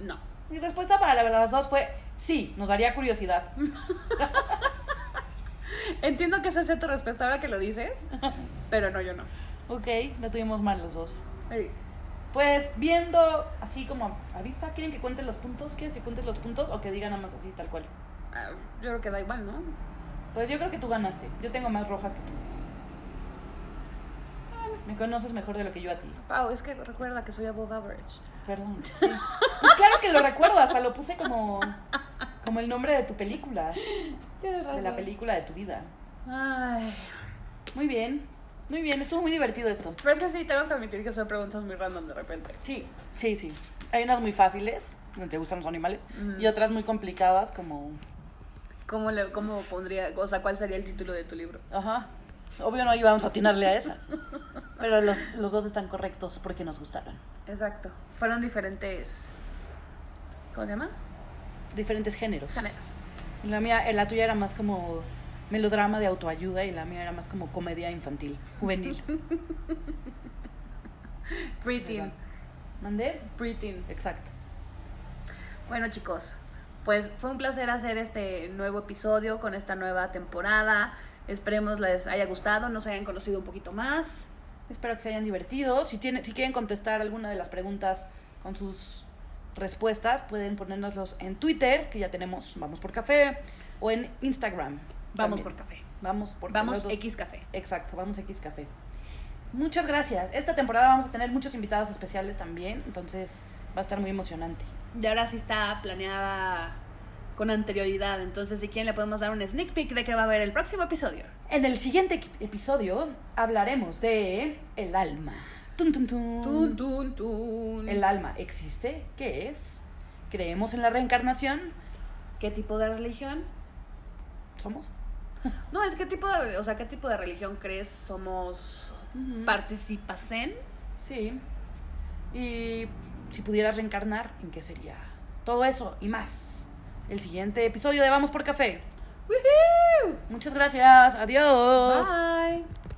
[SPEAKER 2] no.
[SPEAKER 3] Mi respuesta para la verdad las dos fue sí, nos daría curiosidad.
[SPEAKER 2] Entiendo que esa sea tu respuesta ahora que lo dices, pero no, yo no.
[SPEAKER 3] Ok, la tuvimos mal los dos.
[SPEAKER 2] Ey,
[SPEAKER 3] Pues viendo así como a vista, ¿quieren que cuenten los puntos? ¿Quieres que cuentes los puntos o que digan nada más así tal cual?
[SPEAKER 2] ah, Yo creo que da igual, ¿no?
[SPEAKER 3] Pues yo creo que tú ganaste. Yo tengo más rojas que tú. Me conoces mejor de lo que yo a ti.
[SPEAKER 2] Pau, es que recuerda que soy above average.
[SPEAKER 3] Perdón. sí. Pues claro que lo recuerdo, hasta lo puse como, como el nombre de tu película,
[SPEAKER 2] Tienes
[SPEAKER 3] de la película de tu vida.
[SPEAKER 2] Ay.
[SPEAKER 3] Muy bien, muy bien, estuvo muy divertido esto.
[SPEAKER 2] Pero es que sí, tenemos que admitir que son preguntas muy random de repente.
[SPEAKER 3] Sí, sí, sí. Hay unas muy fáciles, donde te gustan los animales,
[SPEAKER 2] Ujú.
[SPEAKER 3] y otras muy complicadas como...
[SPEAKER 2] ¿Cómo, le, ¿Cómo pondría, o sea, cuál sería el título de tu libro?
[SPEAKER 3] Ajá. Obvio no íbamos a atinarle a esa. Pero los, los dos están correctos porque nos gustaron.
[SPEAKER 2] Exacto. Fueron diferentes. ¿Cómo se llama?
[SPEAKER 3] Diferentes géneros.
[SPEAKER 2] Géneros.
[SPEAKER 3] Y La mía, eh, la tuya era más como melodrama de autoayuda y la mía era más como comedia infantil, juvenil.
[SPEAKER 2] Preteen.
[SPEAKER 3] ¿Mandé?
[SPEAKER 2] Preteen.
[SPEAKER 3] Exacto.
[SPEAKER 2] Bueno, chicos, pues fue un placer hacer este nuevo episodio con esta nueva temporada. Esperemos les haya gustado, nos hayan conocido un poquito más.
[SPEAKER 3] Espero que se hayan divertido. Si, tienen, si quieren contestar alguna de las preguntas con sus respuestas, pueden ponérnoslos en Twitter, que ya tenemos Vamos por Café, o en Instagram.
[SPEAKER 2] Vamos
[SPEAKER 3] también.
[SPEAKER 2] por café.
[SPEAKER 3] Vamos por
[SPEAKER 2] Vamos
[SPEAKER 3] los dos.
[SPEAKER 2] X café.
[SPEAKER 3] Exacto, vamos X Café. Muchas gracias. Esta temporada vamos a tener muchos invitados especiales también, entonces va a estar muy emocionante.
[SPEAKER 2] Y ahora sí está planeada con anterioridad, entonces si quieren le podemos dar un sneak peek de qué va a haber el próximo episodio.
[SPEAKER 3] En el siguiente equi- episodio hablaremos de el alma. Tun, tun, tun.
[SPEAKER 2] Tun, tun, tun.
[SPEAKER 3] El alma existe, ¿qué es? ¿Creemos en la reencarnación?
[SPEAKER 2] ¿Qué tipo de religión?
[SPEAKER 3] ¿Somos?
[SPEAKER 2] No, es qué tipo de, o sea, qué tipo de religión crees somos
[SPEAKER 3] Ujú.
[SPEAKER 2] participas en.
[SPEAKER 3] Sí. Y si pudieras reencarnar, ¿en qué sería? Todo eso y más. El siguiente episodio de Vamos por Café.
[SPEAKER 2] ¡Woohoo!
[SPEAKER 3] Muchas gracias. Adiós.
[SPEAKER 2] Bye.